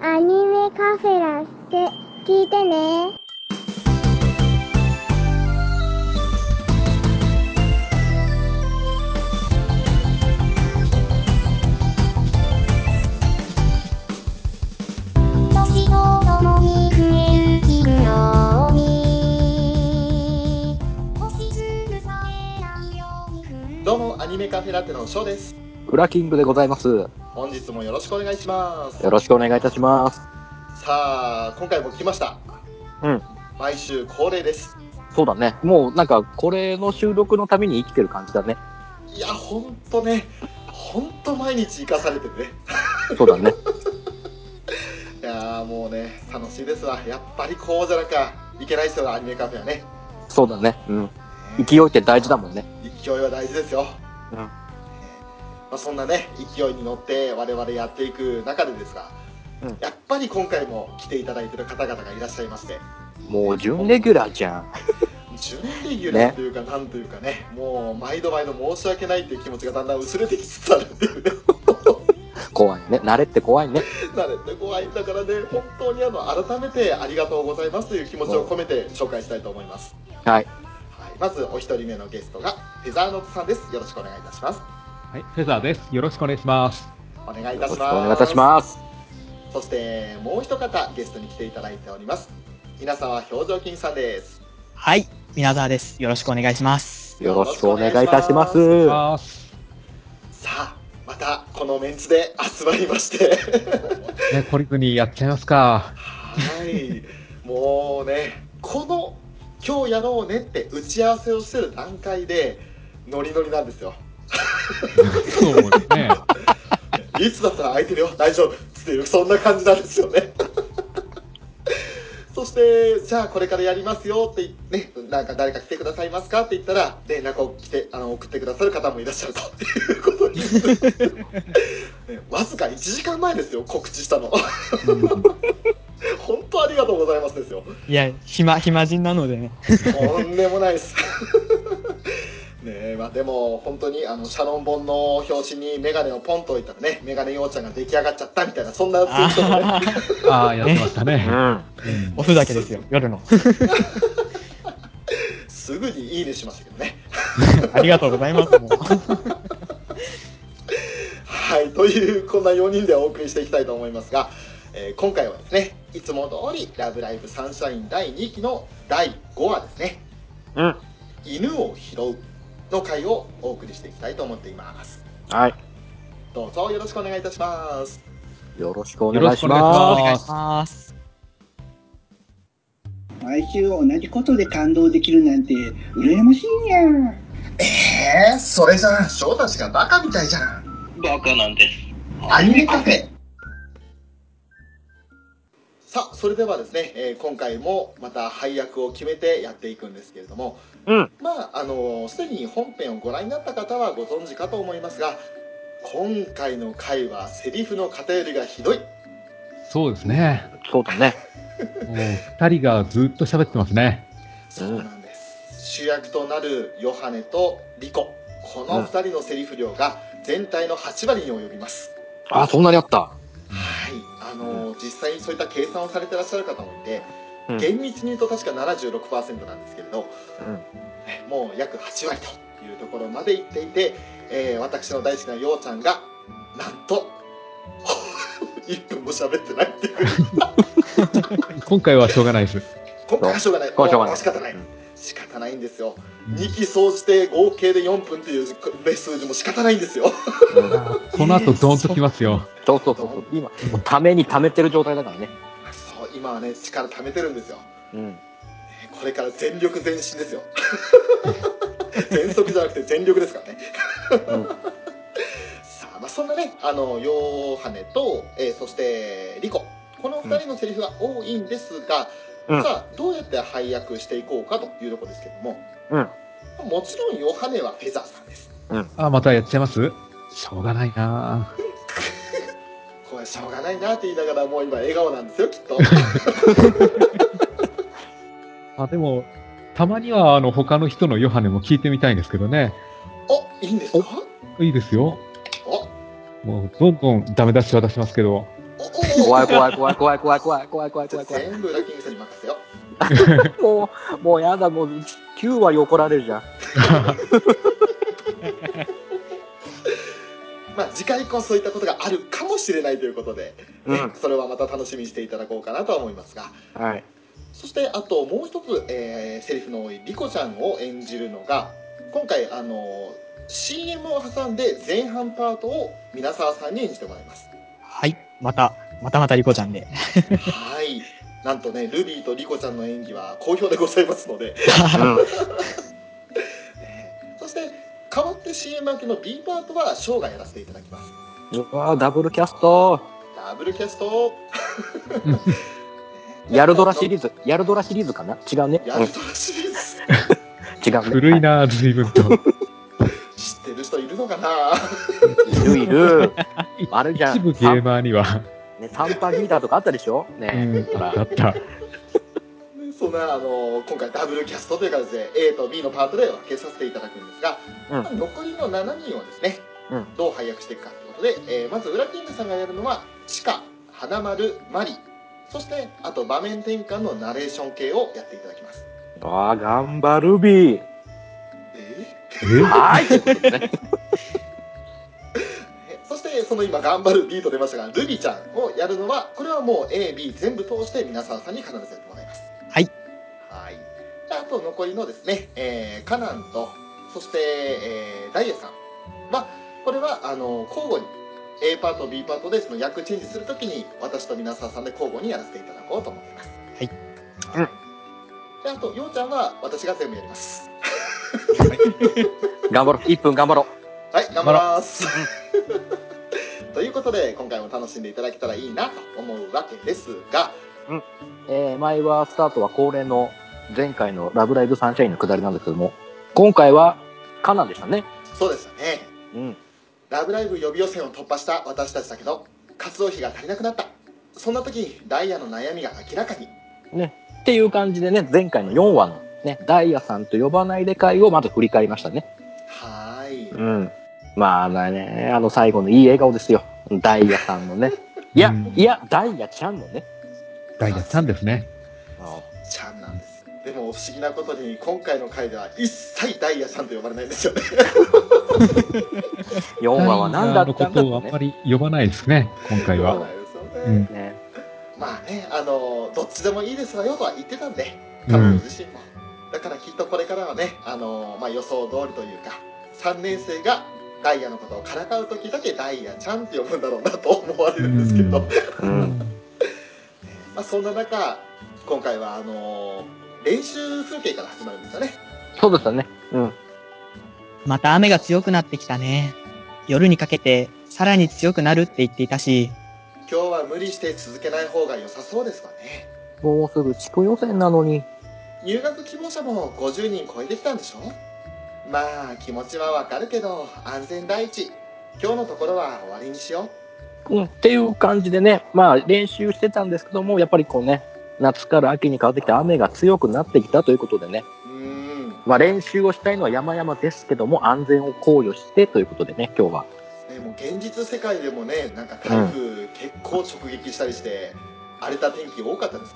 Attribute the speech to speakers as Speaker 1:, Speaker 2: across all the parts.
Speaker 1: アニメカフェラって聞いてね。年とともに増える企業に押しつぶされないように
Speaker 2: どうもアニメカフェラテのショーです
Speaker 3: ウラキングでございます。よ
Speaker 2: 本日もよろしくお願いします
Speaker 3: ろしくお願いいたします。
Speaker 2: さあ今回も来ました
Speaker 3: うん
Speaker 2: 毎週恒例です
Speaker 3: そうだね。もうなんか、これの収録のために生きてる感じだね。
Speaker 2: いやほんとねほんと毎日生かされてるね
Speaker 3: そうだね。
Speaker 2: いやーもうね楽しいですわやっぱりこうじゃなきゃいけないですよアニメカフェはね
Speaker 3: そうだね。うん。勢いって大事だもんね。
Speaker 2: 勢いは大事ですよ
Speaker 3: うん
Speaker 2: まあ、そんなね勢いに乗って我々やっていく中でですが、
Speaker 3: うん
Speaker 2: やっぱり今回も来ていただいてる方々がいらっしゃいまして
Speaker 3: もう、準レギュラーじゃん。
Speaker 2: 準レギュラーというか、なんというかね、もう毎度毎度申し訳ないっていう気持ちがだんだん薄れてきつつあるっていうね、
Speaker 3: 怖いね。慣れって怖いね。
Speaker 2: なので怖いんだからね、本当にあの改めてありがとうございますという気持ちを込めて紹介したいと思います。
Speaker 3: は
Speaker 2: はい、
Speaker 3: い。
Speaker 2: まずお一人目のゲストが、フェザーノットさんです。よろしくお願いいたします。
Speaker 4: はい、フェザーです。よろしくお願いします。
Speaker 2: お願いい
Speaker 3: よろ
Speaker 2: た
Speaker 3: し
Speaker 2: します。
Speaker 3: くお願いいたします。
Speaker 2: す。そして、もう一方、ゲストに来ていただいております。稲沢表情筋さんです。
Speaker 5: はい、皆沢です。よろしくお願いします。
Speaker 3: よろしくお願いいたします。
Speaker 4: ます。
Speaker 2: さあ、またこのメンツで集まりまして。
Speaker 4: ね、懲りずにやっちゃいますか。
Speaker 2: はい、もうね、この今日やろうねって打ち合わせをしてる段階で、ノリノリなんですよ。
Speaker 4: そうですね。
Speaker 2: いつだったら空いてるよ、大丈夫っていう、そんな感じなんですよね。 そして、じゃあこれからやりますよって、ね、なんか誰か来てくださいますかって言ったら、連絡を来てあの送ってくださる方もいらっしゃるということに、ねわずか1時間前ですよ、告知したの。 本当ありがとうございますですよ。
Speaker 5: いや、暇、暇人なのでね。
Speaker 2: とんでもないです。 ねえまあ、でも本当にあのシャロン本の表紙にメガネをポンと置いたらねメガネようちゃんが出来上がっちゃったみたいなそんなツイートもね
Speaker 5: あー
Speaker 4: ああ、やってましたね。
Speaker 3: うん。
Speaker 5: おふざけですよ、夜の。
Speaker 2: すぐに「いいね」しましたけどね。
Speaker 5: ありがとうございます。もう
Speaker 2: はいというこんな4人でお送りしていきたいと思いますが、えー今回はですねいつも通り「ラブライブサンシャイン」第2期の第5話ですね
Speaker 3: うん。
Speaker 2: 「犬を拾う」の回をお送りしていきたいと思っています。
Speaker 3: はい。
Speaker 2: どうぞよろしくお願いいたします。
Speaker 3: よろしくお
Speaker 4: よろ
Speaker 3: 願い
Speaker 4: しく
Speaker 3: し
Speaker 4: お願いし
Speaker 5: お
Speaker 3: ま
Speaker 4: ま
Speaker 5: 願いします。
Speaker 6: 毎週同じことで感動できるなんて羨ましいにゃ
Speaker 2: えー、それじゃん翔太氏がバカみたいじゃん
Speaker 7: バカなんです。
Speaker 2: アニメカフェさあそれではですね、えー今回もまた配役を決めてやっていくんですけれども、
Speaker 3: うん
Speaker 2: まああのす、でに本編をご覧になった方はご存知かと思いますが今回の回はセリフの偏りがひどい
Speaker 4: そうですね。
Speaker 3: す。そうだね。
Speaker 4: もう二人がずっと喋ってますね。
Speaker 2: そうなんです主役となるヨハネとリコこの2人のセリフ量が全体の8割に及びます
Speaker 3: あ、そんなにあった。
Speaker 2: はい、あのー実際にそういった計算をされてらっしゃる方もいて、
Speaker 3: うん
Speaker 2: 厳密に言うと確か76%なんですけれど、
Speaker 3: うん。
Speaker 2: ねもう約8割というところまでいっていて、えー私の大好きなようちゃんがなんと 1分も喋ってないって いう
Speaker 4: 今回はしょうがないです。
Speaker 2: 今回はしょうがない
Speaker 3: 今回はしょうがない
Speaker 2: も仕方ない、
Speaker 3: うん
Speaker 2: 仕方ないんですよ2期総じて合計で4分っていうね数字も仕方ないんですよ
Speaker 3: うん
Speaker 4: この後ドーンときますよ。
Speaker 3: そうそうそうそう。今、もうためにためてる状態だからね。
Speaker 2: そう今はね力貯めてるんですよ
Speaker 3: うん。
Speaker 2: これから全力前進ですよ全速じゃなくて全力ですからね、
Speaker 3: うん
Speaker 2: さあ、まあ、そんなねあのヨハネと、えーそしてリコこの2人のセリフが多いんですが、
Speaker 3: うん
Speaker 2: さあどうやって配役していこうかというところですけども、
Speaker 3: うん
Speaker 2: もちろんヨハネはフェザーさんです
Speaker 4: あ、またやっちゃいますしょうがないな
Speaker 2: これしょうがないなって言いながらもう今笑顔なんですよきっと
Speaker 4: あ、でも、たまにはあの他の人のヨハネも聞いてみたいんですけどね。
Speaker 2: おいいんですか
Speaker 4: いいですよ。
Speaker 2: おおお
Speaker 4: もうどんどんダメ出しは出しますけど。
Speaker 2: お
Speaker 3: 怖い怖い怖い怖い怖い怖い怖い怖い怖い怖い。
Speaker 2: 全部裏キングさんに任せよう。
Speaker 3: もう、もうやだ、もう9割怒られるじゃん。
Speaker 2: まあ、次回以降そういったことがあるかもしれないということで、
Speaker 3: う
Speaker 2: ね
Speaker 3: ん。
Speaker 2: それはまた楽しみにしていただこうかなとは思いますが
Speaker 3: はい。
Speaker 2: そしてあともう一つ、えーセリフの多いリコちゃんを演じるのが今回あのー CM を挟んで前半パートを皆沢さんに演じてもらいます
Speaker 5: はい。また、またまたリコちゃんで。
Speaker 2: はいなんとねルビーとリコちゃんの演技は好評でございますのでそして代わって CM 明けの B パートは生涯やらせていただきます
Speaker 3: うん。うわダブルキャスト。
Speaker 2: ダブルキャスト
Speaker 3: ヤルドラシリーズ。ヤルドラシリーズかな違うね。
Speaker 2: や
Speaker 3: うん、
Speaker 2: る
Speaker 3: 違
Speaker 2: とらしいです
Speaker 3: うね。
Speaker 4: 古いな、随分と。
Speaker 2: 知ってる人いるのかな
Speaker 3: いるい る。あれじゃん
Speaker 4: 一部ゲーマーには、
Speaker 3: ね、タンパギーターとかあったでしょね
Speaker 4: う。ん、
Speaker 3: ほら
Speaker 4: だった。
Speaker 2: そんなあの今回ダブルキャストという形で A と B のパートで分けさせていただくんですが、
Speaker 3: うん
Speaker 2: まあ残りの7人をですね、
Speaker 3: うん
Speaker 2: どう配役していくかということで、えーまず裏キングさんがやるのはチカ花丸マリそしてあと場面転換のナレーション系をやっていただきます
Speaker 3: あー、頑張るビー。
Speaker 2: え
Speaker 3: はーいということでね。
Speaker 2: そしてその今頑張る B と出ましたがルビちゃんをやるのはこれはもう AB 全部通して皆さんさんに必ずやってもらいます
Speaker 5: はい
Speaker 2: はいであと残りのですね、えーカナンとそして、えーダイヤさんはこれはあの交互に A パート B パートでその役チェンジするときに私と皆さんさんで交互にやらせていただこうと思ってます
Speaker 5: はい
Speaker 3: うん
Speaker 2: であとようちゃんは私が全部やります
Speaker 3: 頑張ろう。1分頑張ろ
Speaker 2: はい、頑張ります。 ということで、今回も楽しんでいただけたらいいなと思うわけですが、
Speaker 3: う。えー、前はスタートは恒例の前回のラブライブサンシャインの下りなんですけども、今回はカナンでしたね。
Speaker 2: そうでしたね。
Speaker 3: うん。
Speaker 2: ラブライブ予備予選を突破した私たちだけど、活動費が足りなくなった。そんな時、ダイヤの悩みが明らかに。
Speaker 3: っていう感じでね、前回の4話のね、ダイヤさんと呼ばないで会をまず振り返りましたね。
Speaker 2: はーい。
Speaker 3: うん。まあね、あの最後のいい笑顔ですよ。ダイヤさんのね。 いや、
Speaker 4: うん
Speaker 3: いや、ダイヤちゃんのね。
Speaker 4: ダイヤさんですね。
Speaker 2: ちゃんなんです。でも不思議なことに、今回の回では一切ダイヤさんと呼ばれないんですよね。
Speaker 3: 4話は何だったんだ
Speaker 4: ダ
Speaker 3: っ
Speaker 4: イヤのことを
Speaker 3: て
Speaker 4: あん
Speaker 3: ね
Speaker 4: ま。り呼ばないですね、今回
Speaker 2: 呼ば
Speaker 4: は。
Speaker 2: ないですよね
Speaker 4: うん
Speaker 3: ね
Speaker 2: まあね、あのどっちでもいいですわよとは言ってたんで、
Speaker 4: うん
Speaker 2: 彼女自身も。だからきっとこれからはね、あのまあ、予想通りというか、3年生がダイヤのことをからかう時だけダイヤちゃんって呼ぶんだろうなと思われるんですけど、
Speaker 4: うん
Speaker 2: ま
Speaker 3: うん。
Speaker 2: あ、そんな中、今回はあの練習風景から始まるんですよね。
Speaker 3: そうでしたね。うん。
Speaker 5: また雨が強くなってきたね。夜にかけて、さらに強くなるって言っていたし、
Speaker 2: 今日は無理して続けない方が良さそうですわね。
Speaker 3: もうすぐ地区予選なのに。
Speaker 2: 入学希望者も50人超えてきたんでしょまあ気持ちはわかるけど安全第一今日のところは終わりにしよう
Speaker 3: うん。っていう感じでね、まあ練習してたんですけども、やっぱりこうね、夏から秋に変わってきて雨が強くなってきたということでね、
Speaker 2: うーん、ね、
Speaker 3: まあ練習をしたいのは山々ですけども、安全を考慮してということでね、今日は。
Speaker 2: もう現実世界でもねなんか台風結構直撃したりして、荒れた天気多かったです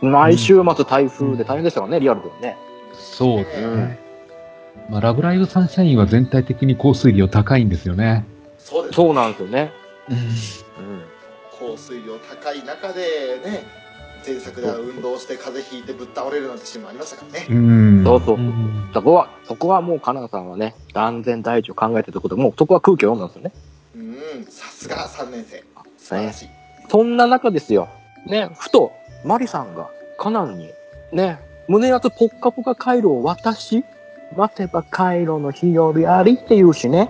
Speaker 2: もんね
Speaker 3: 毎週末台風で大変でしたからね、リアルではね。
Speaker 4: そうです
Speaker 2: う
Speaker 4: ね。まあ、ラブライブサンシャインは全体的に降水量高いんですよね。
Speaker 2: そうです
Speaker 3: そうなんですよね。うん。
Speaker 2: 降水量高い中でね前作では運動して風邪ひいてぶっ倒れるなんてシーンもありましたからね
Speaker 4: うん。
Speaker 3: そうそう
Speaker 4: うん
Speaker 3: そこは、そこはもうカナダさんはね、断然第一を考えてるということで、もうそこは空気を読んだんですよね。
Speaker 2: うんさすが3年生素晴らしい、
Speaker 3: そんな中ですよ。ね、ふと、マリさんがカナンに、ね、胸熱ポッカポカ回路を渡し、待てば回路の日よりありっていうし ね。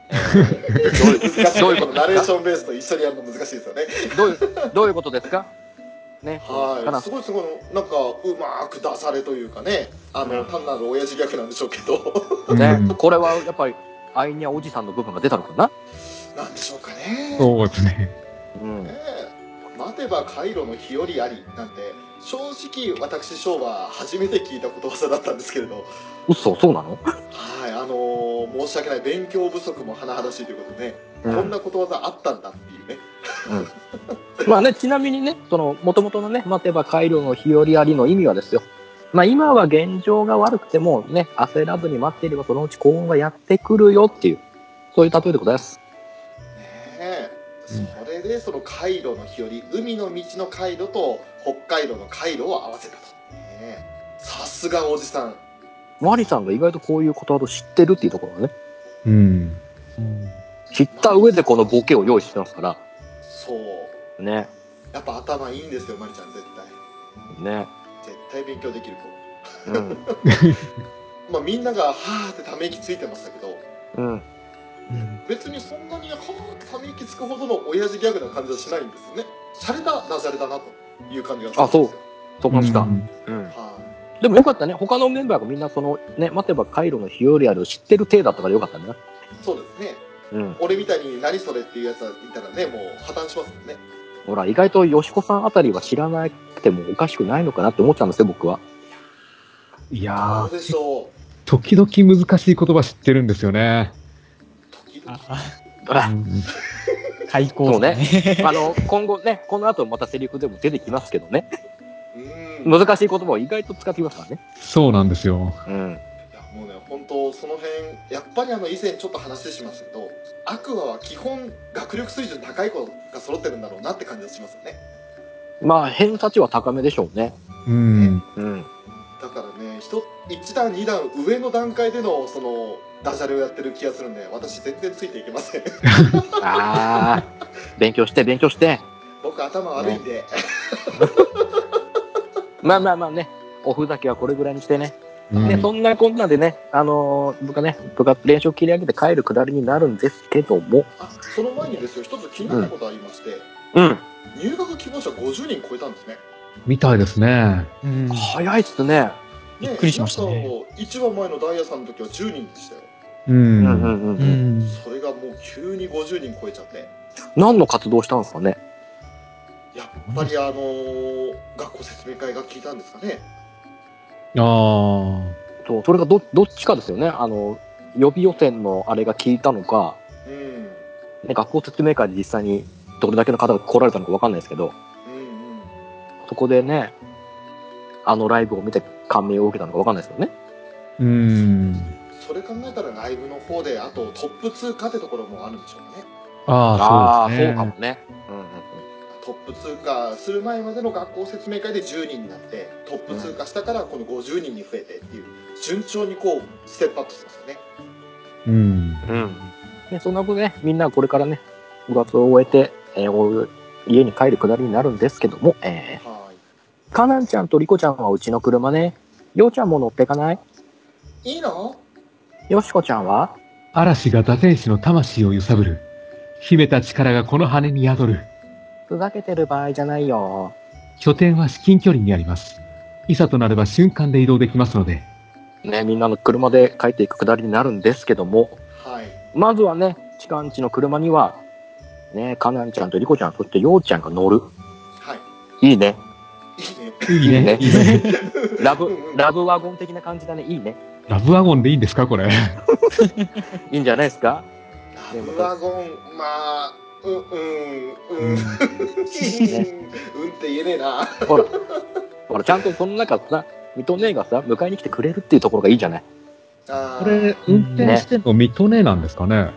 Speaker 2: 難しい このナレーションベースと一緒にやるの難しいですよね
Speaker 3: どういう、どういうことですかね、カナ
Speaker 2: は
Speaker 3: ン
Speaker 2: い、すごいすごいなんかうまく出されというかねあの、単なる親父ギャグなんでしょうけど
Speaker 4: うん
Speaker 3: ね、これはやっぱり、アイニャおじさんの部分が出たのかな
Speaker 2: なんでしょうかね
Speaker 4: そうですね。
Speaker 3: うん
Speaker 2: ね。え待てばカイロの日よりありなんて正直私昭和初めて聞いたことわざだったんですけれど
Speaker 3: 嘘、そうなの
Speaker 2: はいあのー申し訳ない勉強不足も甚だしいということでね、こんなことわざあったんだっていうね
Speaker 3: まあね、ちなみにね、その、元々のね、待てば回路の日和ありの意味はですよ。まあ今は現状が悪くてもね、焦らずに待っていればそのうち幸運がやってくるよっていう、そういう例えでございます。
Speaker 2: ねえそれでその回路の日和海の道の回路と北海道の回路を合わせたと、ねえさすがおじさん
Speaker 3: マリさんが意外とこういうことわざ知ってるっていうところがね、
Speaker 4: うん。
Speaker 3: 知った上でこのボケを用意してますから、
Speaker 2: そう
Speaker 3: ね、
Speaker 2: やっぱ頭いいんですよまりちゃん絶対
Speaker 3: ね、
Speaker 2: 絶対勉強できる子
Speaker 3: うん、
Speaker 2: まあみんながはーってため息ついてましたけど
Speaker 3: うん。
Speaker 2: 別にそんなにはーってため息つくほどの親父ギャグな感じはしないんですよね洒落たダジャレだなという感じがするんですよ
Speaker 3: あそうそこしか。うん。
Speaker 2: はい
Speaker 3: でもよかったね。他のメンバーがみんなその、ね、待てば回路の日和ありを知ってる体だったからよかったね。
Speaker 2: そうですね
Speaker 3: うん。
Speaker 2: 俺みたいに何それっていうやつがいたらねもう破綻しますもんね
Speaker 3: ほら、意外とよしこさんあたりは知らなくてもおかしくないのかなって思っちゃうんですよ、僕 は。
Speaker 4: いや
Speaker 2: どう
Speaker 4: ー、
Speaker 2: でしょう
Speaker 4: 時々難しい言葉知ってるんですよね。
Speaker 2: 時々
Speaker 5: ああ
Speaker 3: あ
Speaker 5: 開口
Speaker 3: そうね
Speaker 5: ね。
Speaker 3: の、今後ね、この後またセリフでも出てきますけどね。
Speaker 2: うんい
Speaker 3: 難しい言葉を意外と使ってきますからね。
Speaker 4: そうなんですよ。
Speaker 3: うん。
Speaker 2: やもうね本当その辺やっぱりあの以前ちょっと話しましたけどアクアは基本学力水準高い子が揃ってるんだろうなって感じがしますよね
Speaker 3: まあ、偏差値は高めでしょうね。
Speaker 4: うん。
Speaker 3: うん。
Speaker 2: だからね1段2段上の段階でのそのダジャレをやってる気がするんで私全然ついていけません
Speaker 3: ああ、 勉強して、勉強して。
Speaker 2: 僕頭悪いんで、
Speaker 3: まあまあまあね、おふざけはこれぐらいにしてね。
Speaker 4: うん
Speaker 3: ね、そんなこんなでね、あのー、僕はね、部活練習を切り上げて帰るくだりになるんですけども、
Speaker 2: あその前にですよ一つ気になったことありまして、
Speaker 3: うん、
Speaker 2: 入学希望者50人超えたんですね
Speaker 4: みたいですね。
Speaker 5: うん
Speaker 3: 早いっすね。
Speaker 2: ね
Speaker 5: びっくりしましたね
Speaker 2: なんか一番前のダイヤさんの時は10人でしたよ
Speaker 4: う。
Speaker 3: うんんうんうん。
Speaker 5: う
Speaker 3: うん、
Speaker 5: ん。
Speaker 2: それがもう急に50人超えちゃって
Speaker 3: 何の活動したんですかね。
Speaker 2: やっぱりあのー学校説明会が聞いたんですかね。
Speaker 4: ああ。
Speaker 3: そう、それがど、どっちかですよね。あの、予備予選のあれが聞いたのか、
Speaker 2: うん。
Speaker 3: ね、学校説明会で実際にどれだけの方が来られたのかわかんないですけど、
Speaker 2: うんうん。
Speaker 3: そこでね、あのライブを見て感銘を受けたのかわかんないですけどね。
Speaker 4: うん。
Speaker 2: それ考えたらライブの方で、あとトップ通過ってところもあるんでしょうね。
Speaker 4: ああ、そう
Speaker 3: ーそ
Speaker 4: ですね。
Speaker 3: うかもね。うんうんうん。
Speaker 2: トップ通過する前までの学校説明会で10人になって、トップ通過したからこの50人に増えてっていう、順調にこう、ステップアップしてますよね。
Speaker 4: うん。
Speaker 3: うん。ね、そんなことね、みんなこれからね、部活を終えて、えーお家に帰るくだりになるんですけども、え
Speaker 2: は
Speaker 3: ー、かなんちゃんとりこちゃんはうちの車ね。ようちゃんも乗ってかない
Speaker 2: ーい。いいの
Speaker 3: よしこちゃんは
Speaker 4: 嵐が堕天使の魂を揺さぶる。秘めた力がこの羽に宿る。
Speaker 3: ふざけてる場合じゃないよ。
Speaker 4: 拠点は至近距離にあります。いざとなれば瞬間で移動できますので。
Speaker 3: ね、みんなの車で帰っていくくだりになるんですけども、
Speaker 2: はい。
Speaker 3: まずはね、痴漢地の車には、ね、かなんちゃんとりこちゃん、そしてようちゃんが乗る。
Speaker 2: はい。
Speaker 3: いいね。
Speaker 2: いいね。
Speaker 4: い
Speaker 3: いね
Speaker 4: いい ね。
Speaker 3: ラ
Speaker 2: うんう
Speaker 3: ブ、
Speaker 2: ん
Speaker 3: ラブワゴン的な感じだね。いいね。
Speaker 4: ラブワゴンでいいんですかこれ。
Speaker 3: いいんじゃないですか
Speaker 2: ラブワゴン、まあ、うん、 うん、うん、うん、うんって言えねえな。
Speaker 3: ほら、ほら、ちゃんとその中さ、ミトネがさ、迎えに来てくれるっていうところがいいじゃない。
Speaker 2: あー
Speaker 4: これ、運転してんのミトネなんですかね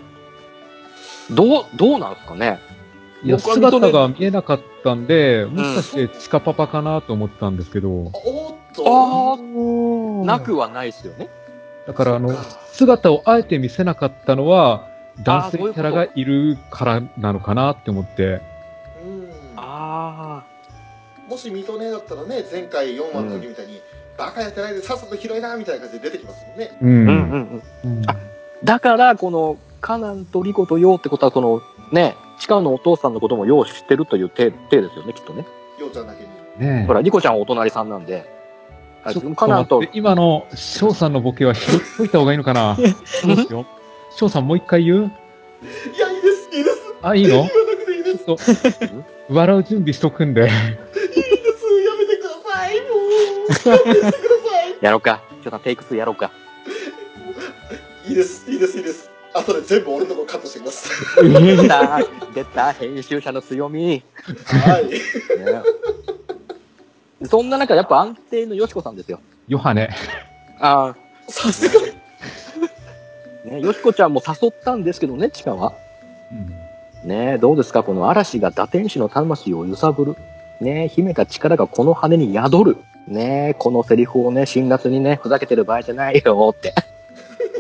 Speaker 3: どう、どうなんですかね。
Speaker 4: いや、
Speaker 3: 僕はミトネ
Speaker 4: 姿が見えなかったんで、もしかしてチカパパかなと思ったんですけど、
Speaker 2: おーっと。
Speaker 3: ああ、なくはないですよね。
Speaker 4: だからあの
Speaker 2: そっか、
Speaker 4: 姿をあえて見せなかったのは、男性
Speaker 3: あーそういうこと
Speaker 4: キャラがいるからなのかなって思って、
Speaker 2: うん
Speaker 3: ああ、
Speaker 2: もし水戸ねだったらね前回4話の時みたいに、バカやってないでさっさと拾いなみたいな感じで出てきますもんね
Speaker 4: う。
Speaker 3: うんんうんうん。
Speaker 4: あ
Speaker 3: だから、この、カナンとリコとヨウってことは、この、ね、チカのお父さんのこともよう知ってるという手、手ですよね、きっとね。
Speaker 2: ようちゃんだけに
Speaker 4: ねえ
Speaker 3: ほら、リコちゃんはお隣さんなんで、あ
Speaker 4: ちょっと
Speaker 3: カナンと
Speaker 4: 待っ、て今の翔さんのボケはひといた方がいいのかなそうですよ。翔さんもう一回言う
Speaker 2: いやいいですいいです
Speaker 4: あ、いいの
Speaker 2: 言わなくていいですいい
Speaker 4: ちょっと、笑う準備しとくんで。
Speaker 2: ですやめてくださいもうやめてくださ
Speaker 3: やろうか。ちょっとテイク2やろうか。
Speaker 2: いいいですいいですいいですあとで全部俺のとこカットしてきます
Speaker 3: だ出た、編集者の強み。
Speaker 2: はい。
Speaker 3: ねそんな中、やっぱ安定のよしこさんですよ。
Speaker 4: ヨハネ。
Speaker 3: あ
Speaker 2: さすが。
Speaker 3: あ、ね、よしこちゃんも誘ったんですけどね、チカは。ねえ、どうですかこの嵐が堕天使の魂を揺さぶる。ねえ、秘めた力がこの羽に宿る。ねえ、このセリフをね、辛辣にね、ふざけてる場合じゃないよって。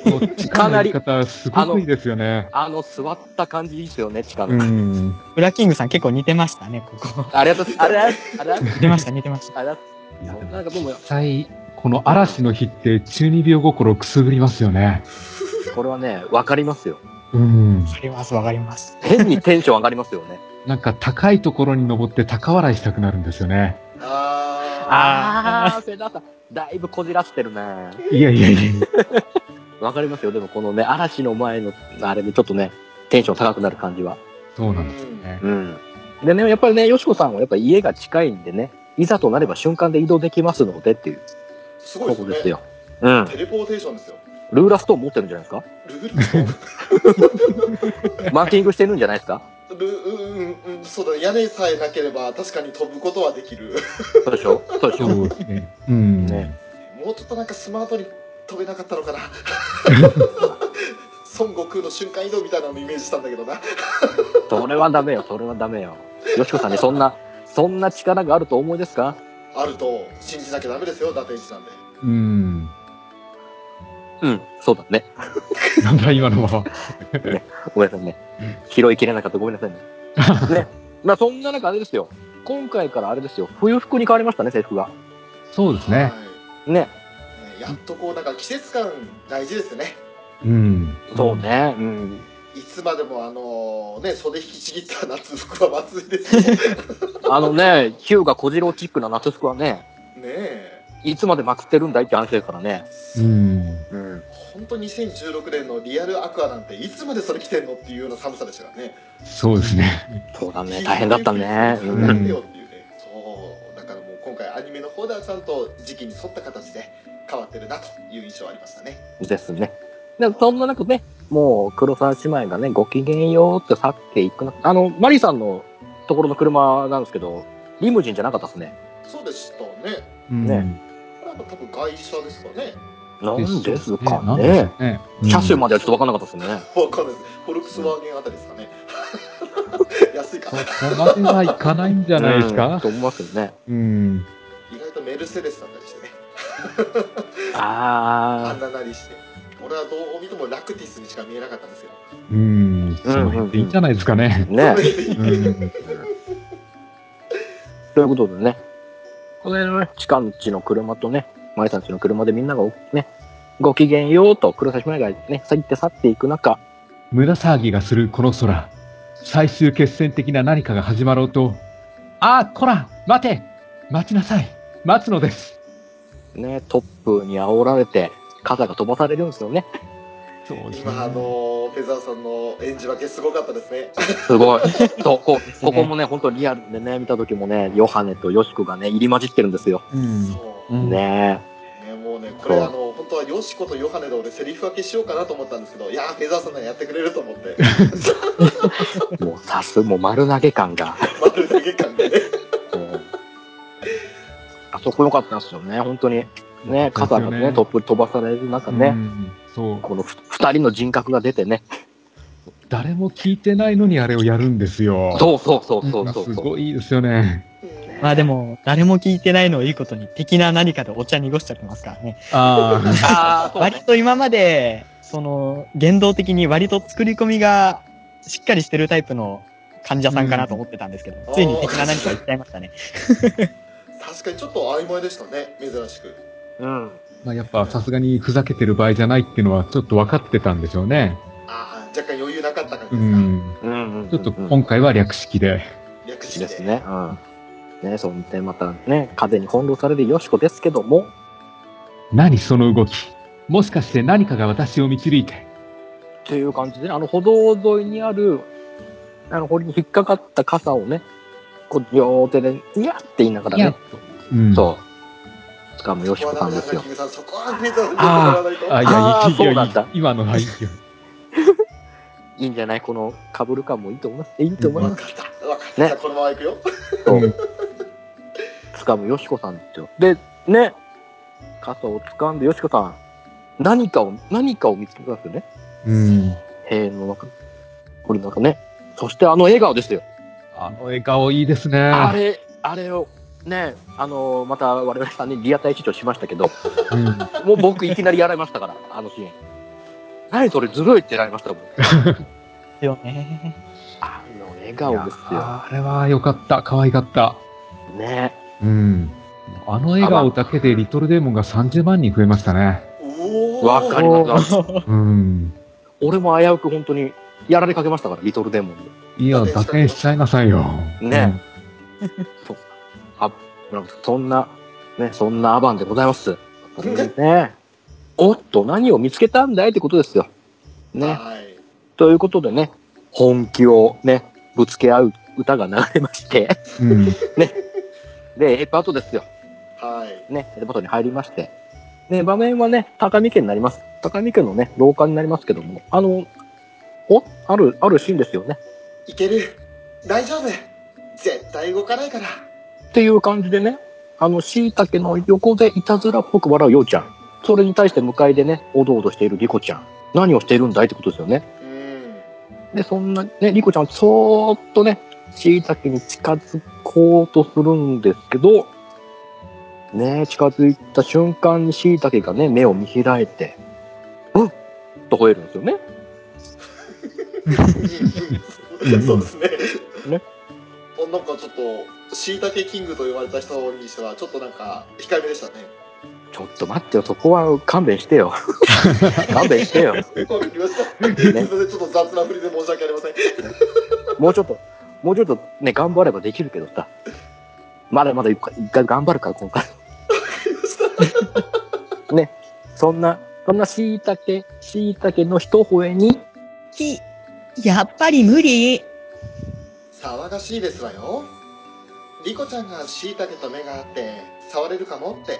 Speaker 4: もう力の入り方、すごくいいですよね。
Speaker 3: あの、座った感じいいですよね、チカの。
Speaker 4: うん。
Speaker 5: ブラキングさん結構似てましたね、ここ。
Speaker 3: ありがとうございます。あれあれあれ
Speaker 5: 似てました、似てま した。
Speaker 3: あれ
Speaker 4: いやでも
Speaker 3: なんかもう
Speaker 4: 実、際、この嵐の日って中二病心をくすぐりますよね。
Speaker 3: これはね、わかりますよ。
Speaker 4: うん。
Speaker 5: わかります、わかります。
Speaker 3: 変にテンション上がりますよね。
Speaker 4: なんか高いところに登って高笑いしたくなるんですよね。
Speaker 2: あ
Speaker 5: あ
Speaker 3: あー、セダさん、だいぶこじらせてるね。
Speaker 4: いやいやいやいや。
Speaker 3: わかりますよ。でもこのね、嵐の前の、あれでちょっとね、テンション高くなる感じは。
Speaker 4: そうなんですよね。
Speaker 3: うん。でね、やっぱりね、よしこさんはやっぱ家が近いんでね、いざとなれば瞬間で移動できますのでっていう
Speaker 2: ー。すごい
Speaker 3: こ
Speaker 2: で
Speaker 3: と
Speaker 2: す
Speaker 3: です
Speaker 2: ね。
Speaker 3: よ。うん。
Speaker 2: テレポーテーションですよ。
Speaker 3: ルーラストーン持ってるんじゃない です
Speaker 2: ルールそう
Speaker 3: かマーキングしてるんじゃないですか
Speaker 2: ルうんうんうんそうだ屋根さえなければ確かに飛ぶことはできる
Speaker 3: そうでしょそうでしょ
Speaker 4: そうですね。うん。
Speaker 3: ね
Speaker 2: もうちょっとなんかスマートに飛べなかった のかな孫悟空の瞬間移動みたいなのをイメージしたんだけどな
Speaker 3: それはダメよ、それはダメよ。よしこさんにそんな、そんな力があるとお思いですか
Speaker 2: あると信じなきゃダメですよ打天使なんで
Speaker 4: うん。
Speaker 3: うん、そうだね。
Speaker 4: なんだ今のは。
Speaker 3: ごめんなさいね。拾いきれなかったごめんなさい ね。ね。まあそんな中あれですよ。今回からあれですよ。冬服に変わりましたね、制服が。
Speaker 4: そうです
Speaker 2: は
Speaker 4: ね。
Speaker 3: ね。
Speaker 2: いねやっとこうなんか季節感大事ですね
Speaker 4: うん。
Speaker 3: そうね。うん。
Speaker 2: いつまでもあのね袖引きちぎった夏服はまずいですよ ね
Speaker 3: あのね、ヒューが小次郎チックな夏服はね、
Speaker 2: え
Speaker 3: いつまでまくってるんだいって話ですからね。
Speaker 4: うん。
Speaker 3: うん。
Speaker 2: 本当2016年のリアルアクアなんていつまでそれ着てんのっていうような寒さでしたからね
Speaker 4: そうですね。
Speaker 3: そうだね。大変だったね。
Speaker 2: う。
Speaker 3: うんん。
Speaker 2: よっていうね。そう。だからもう今回アニメの方ではちゃんと時期に沿った形で変わってるなという印象はありましたね。
Speaker 3: ですね。でそんな中ね、もう黒沢姉妹がね、ごきげんようって去っていくな。あの、マリさんのところの車なんですけど、リムジンじゃなかったですね。
Speaker 2: そうでしたね。
Speaker 4: うん
Speaker 3: ね
Speaker 2: これはもう多分外車ですかね。
Speaker 3: なんです
Speaker 4: ねな
Speaker 3: か
Speaker 4: んでしょ
Speaker 3: ね。
Speaker 4: うね。
Speaker 3: 車種
Speaker 4: も
Speaker 3: まではちょっとわかんなかったですね。
Speaker 2: わかんないです。フォルクスワーゲンあたりですかね。 安いか
Speaker 4: そ
Speaker 2: な。
Speaker 4: こまではいかないんじゃないです
Speaker 3: うん
Speaker 4: か
Speaker 3: と思いますよね。
Speaker 4: うん。
Speaker 2: 意外とメルセデスだったりしてね。あ
Speaker 3: あ
Speaker 2: んななりして。俺はどう見てもラクティスにしか見えなかったんですけど。
Speaker 4: うん。その辺でいいんじゃないですかね。
Speaker 3: ー。ね。
Speaker 4: うん。
Speaker 3: ということでね、この辺のね、チカんちの車とね、マリさんちの車でみんながね、ごきげんようと黒崎姉妹がね、去って去っていく中、
Speaker 4: 無駄騒ぎがするこの空。最終決戦的な何かが始まろうと。ああ、こら待て待ちなさい待つのです
Speaker 3: ね、トップに煽られて、傘が飛ばされるんですよね。
Speaker 4: そう
Speaker 2: 今あのーフェザーさんの演じ分けすごかったですね。
Speaker 3: す ごい。そう、こう、ここもね、本当リアルでね、見た時もね、ヨハネとヨシコがね、入り混じってるんですよ。
Speaker 4: うん。
Speaker 2: そう。
Speaker 4: うん
Speaker 3: ね
Speaker 2: ね、もうね、これ
Speaker 3: そう
Speaker 2: あの本当はヨシコとヨハネで俺セリフ分けしようかなと思ったんですけど、いやーフェザーさんならやってくれると思 って、
Speaker 3: え、もうさす、もう丸投げ感が。
Speaker 2: 丸投げ感でね。
Speaker 3: うんあそこ良かったんですよね、本当に。ね、傘が
Speaker 4: ですよ
Speaker 3: ね、
Speaker 4: ね
Speaker 3: トップに飛ばされる中
Speaker 4: う
Speaker 3: ね、
Speaker 4: んそう。
Speaker 3: このふ二人の人格が出てね、
Speaker 4: 誰も聞いてないのにあれをやるんですよ。
Speaker 3: そうそうそうそう
Speaker 4: まあ
Speaker 3: そう
Speaker 4: す
Speaker 3: そう。
Speaker 4: ごいですよね。
Speaker 5: まあでも、誰も聞いてないのをいいことに、的な何かでお茶濁しちゃってますからね。
Speaker 4: ああ。
Speaker 3: ああ、そう
Speaker 5: 割
Speaker 3: ね。
Speaker 5: と今まで、その、言動的に割と作り込みがしっかりしてるタイプの患者さんかなと思ってたんですけど、
Speaker 2: うん
Speaker 5: ついに的な何か言っちゃいましたね。
Speaker 2: 確かにちょっと曖昧でしたね、珍しく。
Speaker 3: うん。
Speaker 4: まあやっぱさすがにふざけてる場合じゃないっていうのはちょっと分かってたんでしょうね。
Speaker 2: ああ、若干余裕なかった感
Speaker 4: う
Speaker 2: じですか。
Speaker 4: ん。
Speaker 3: うん、うん。
Speaker 4: ちょっと
Speaker 3: うん
Speaker 4: 今回は略式で。
Speaker 2: 略して
Speaker 3: です。ね。うん。ね、そんでまたね、風に翻弄されるよしこですけども、
Speaker 4: 何その動きもしかして何かが私を導いて。
Speaker 3: っていう感じでね、あの歩道沿いにある、あの、堀に引っかかった傘をね、こう、両手で、いやって言いながら
Speaker 4: いや
Speaker 3: ね、
Speaker 4: うん。
Speaker 3: そう、掴むよし
Speaker 2: そ
Speaker 3: こ
Speaker 2: こ
Speaker 3: さ
Speaker 2: は
Speaker 3: ん
Speaker 2: ダメなんだ、
Speaker 3: ですよ
Speaker 2: キ。ムさん。そこはフェザーさんに言ってもらわないと。
Speaker 4: あ、いやい
Speaker 3: あー
Speaker 4: や、いいよ
Speaker 3: そうなんだ
Speaker 4: いい今のはいいよ。
Speaker 3: いいいんじゃないこのかぶる感もいいと思います。いいと思い
Speaker 2: 分
Speaker 3: ま
Speaker 2: か
Speaker 3: す。
Speaker 2: った。分かった。
Speaker 3: ね
Speaker 2: じゃあこのままいくよ。
Speaker 3: と
Speaker 4: うん
Speaker 3: 掴むよしこさんですよ。で、ね、傘を掴んでよしこさん、何かを、何かを見つけたんですよね。
Speaker 4: うん。
Speaker 3: 塀の中。これなんかね。そしてあの笑顔ですよ。
Speaker 4: あの笑顔いいですね。
Speaker 3: あれ、あれを、ね、あの、また我々さんにリアタイ視聴しましたけど、
Speaker 4: うん
Speaker 3: もう僕いきなりやられましたから、 あのシーン。何それずるいってやられましたもん。
Speaker 5: すよね。
Speaker 3: あの笑顔です
Speaker 4: いや
Speaker 3: よ。
Speaker 4: あれは良かった。可愛かった。
Speaker 3: ね。
Speaker 4: うん。あの笑顔だけでリトルデーモンが30万人増えましたね。
Speaker 2: おお。
Speaker 3: わかります。
Speaker 4: うん。
Speaker 3: 俺も危うく本当にやられかけましたから、リトルデーモンに。
Speaker 4: いや、打点しちゃいなさいよ。
Speaker 3: ねあ、そんな、ね、そんなアバンでございます。ね。おっと、何を見つけたんだいってことですよ。ね。
Speaker 2: はい。
Speaker 3: ということでね、本気をね、ぶつけ合う歌が流れまして、
Speaker 4: うん。うん。
Speaker 3: で、A パートですよ。
Speaker 2: はい。
Speaker 3: ね、A パートに入りまして。ね、場面はね、高見家になります。高見家のね、廊下になりますけども、あの、おある、あるシーンですよね。
Speaker 2: いける。大丈夫。絶対動かないから。
Speaker 3: っていう感じでね、あの、椎茸の横でいたずらっぽく笑うようちゃん。それに対して向かいでね、おどおどしているリコちゃん。何をしているんだいってことですよね。
Speaker 2: うん。
Speaker 3: で、そんな、ね、リコちゃんはそーっとね、椎茸に近づこうとするんですけど、ね、近づいた瞬間に椎茸がね、目を見開いて、うんと吠えるんですよね。
Speaker 2: うん そうですね。
Speaker 3: ね
Speaker 2: おなんかちょっと、しいたけキングと呼ばれた人にしては、ちょっとなんか、控えめでしたね。
Speaker 3: ちょっと待ってよ、そこは勘弁してよ。勘弁してよ。
Speaker 2: わかりました。 すいません、ちょっと雑な振りで申し訳ありません。
Speaker 3: もうちょっと、もうちょっとね、頑張ればできるけどさ。まだまだ一回一回頑張るから、今回。ね、そんな、そんな椎茸、椎茸の一吠えに、
Speaker 7: き、やっぱり無理
Speaker 2: 騒がしいですわよ。リコちゃんがしいたけと目が合って、触れるかもって。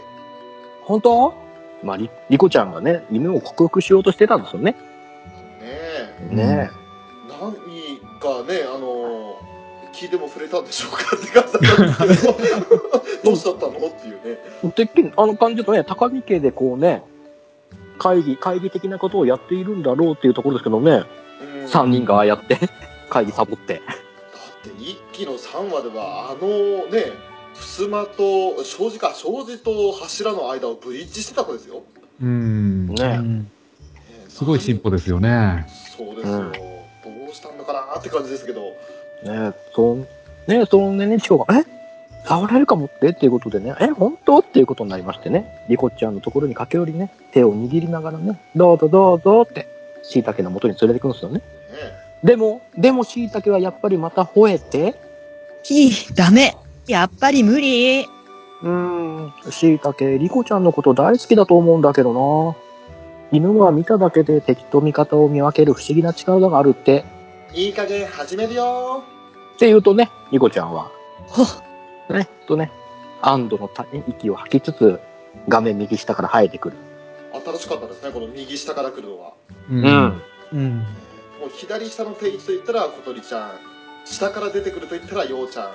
Speaker 3: 本当まあ、り、りこちゃんがね、夢を克服しようとしてたんですよね。
Speaker 2: ねえ、
Speaker 3: ね
Speaker 2: 何かね、あの聞いても触れたんでしょうかって感じだったんですけど、どうしちゃったのっていうね。
Speaker 3: え。てっきり、あの感じだとね、高見家でこうね、会議、会議的なことをやっているんだろうっていうところですけどね、
Speaker 2: うん
Speaker 3: 3人がああやって、 会議サボって。
Speaker 2: だって一期の3話ではあのね襖と障子か障子と柱の間をブリッジしてた子ですよ、
Speaker 4: うん。
Speaker 5: う
Speaker 3: ね
Speaker 5: ん
Speaker 2: ね
Speaker 4: すごい進歩ですよね。
Speaker 2: そうですよ、
Speaker 3: うん
Speaker 2: どうしたんだかなって感じですけど
Speaker 3: え。ねえ、そん、ねえ、そのね、ねちこが、え触れるかもってっていうことでね、え、本当っていうことになりましてね、リコちゃんのところに駆け寄りね、手を握りながらね、どうぞどうぞって、椎茸の元に連れてくんですよね。
Speaker 2: ね
Speaker 3: でも、でも椎茸はやっぱりまた吠えて、
Speaker 7: き、ダメやっぱり無理
Speaker 3: うーん、椎茸、リコちゃんのこと大好きだと思うんだけどな。犬は見ただけで敵と味方を見分ける不思議な力があるって。
Speaker 2: いい加減始めるよ
Speaker 3: って言うとね、リコちゃんは、
Speaker 7: ほっ、
Speaker 3: ね、とね、安堵のた息を吐きつつ、画面右下から生えてくる。
Speaker 2: 新しかったですねこの右下から来るのは
Speaker 4: う
Speaker 3: う。
Speaker 5: うん。
Speaker 2: もう左下の定位置といったら小鳥ちゃん下から出てくるといったら陽ちゃ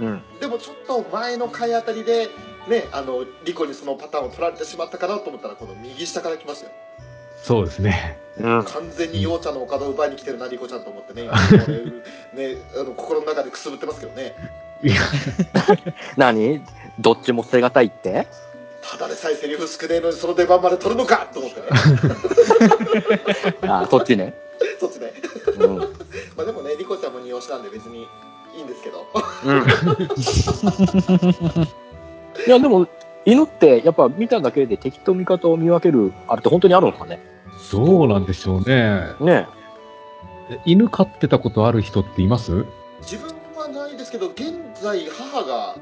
Speaker 2: ん
Speaker 3: うん。
Speaker 2: でもちょっと前の回あたりでねあのリコにそのパターンを取られてしまったかなと思ったらこの右下から来ましたよ
Speaker 4: そうですね。
Speaker 3: うん。
Speaker 2: 完全に陽ちゃんのお金を奪いに来てるな、リコちゃんと思ってね、今これねあの心の中でくすぶってますけどね、
Speaker 4: いや、
Speaker 3: 何どっちも捨てがたいって
Speaker 2: ただでさえセリフ少ねえのに、その出番まで取るのかと思ってね、
Speaker 3: あ、そっちね。
Speaker 2: そっちね、
Speaker 3: うん。うん。
Speaker 2: まあでもね、リコちゃんも匂いしなんで、別にいいんですけど、
Speaker 3: いや、でも、犬って、やっぱ見ただけで敵と味方を見分ける、あれって本当にあるのかね
Speaker 4: どうなんでしょうね。
Speaker 3: ね
Speaker 4: え犬飼ってたことある人っています
Speaker 2: 自分はないですけど、現在、母が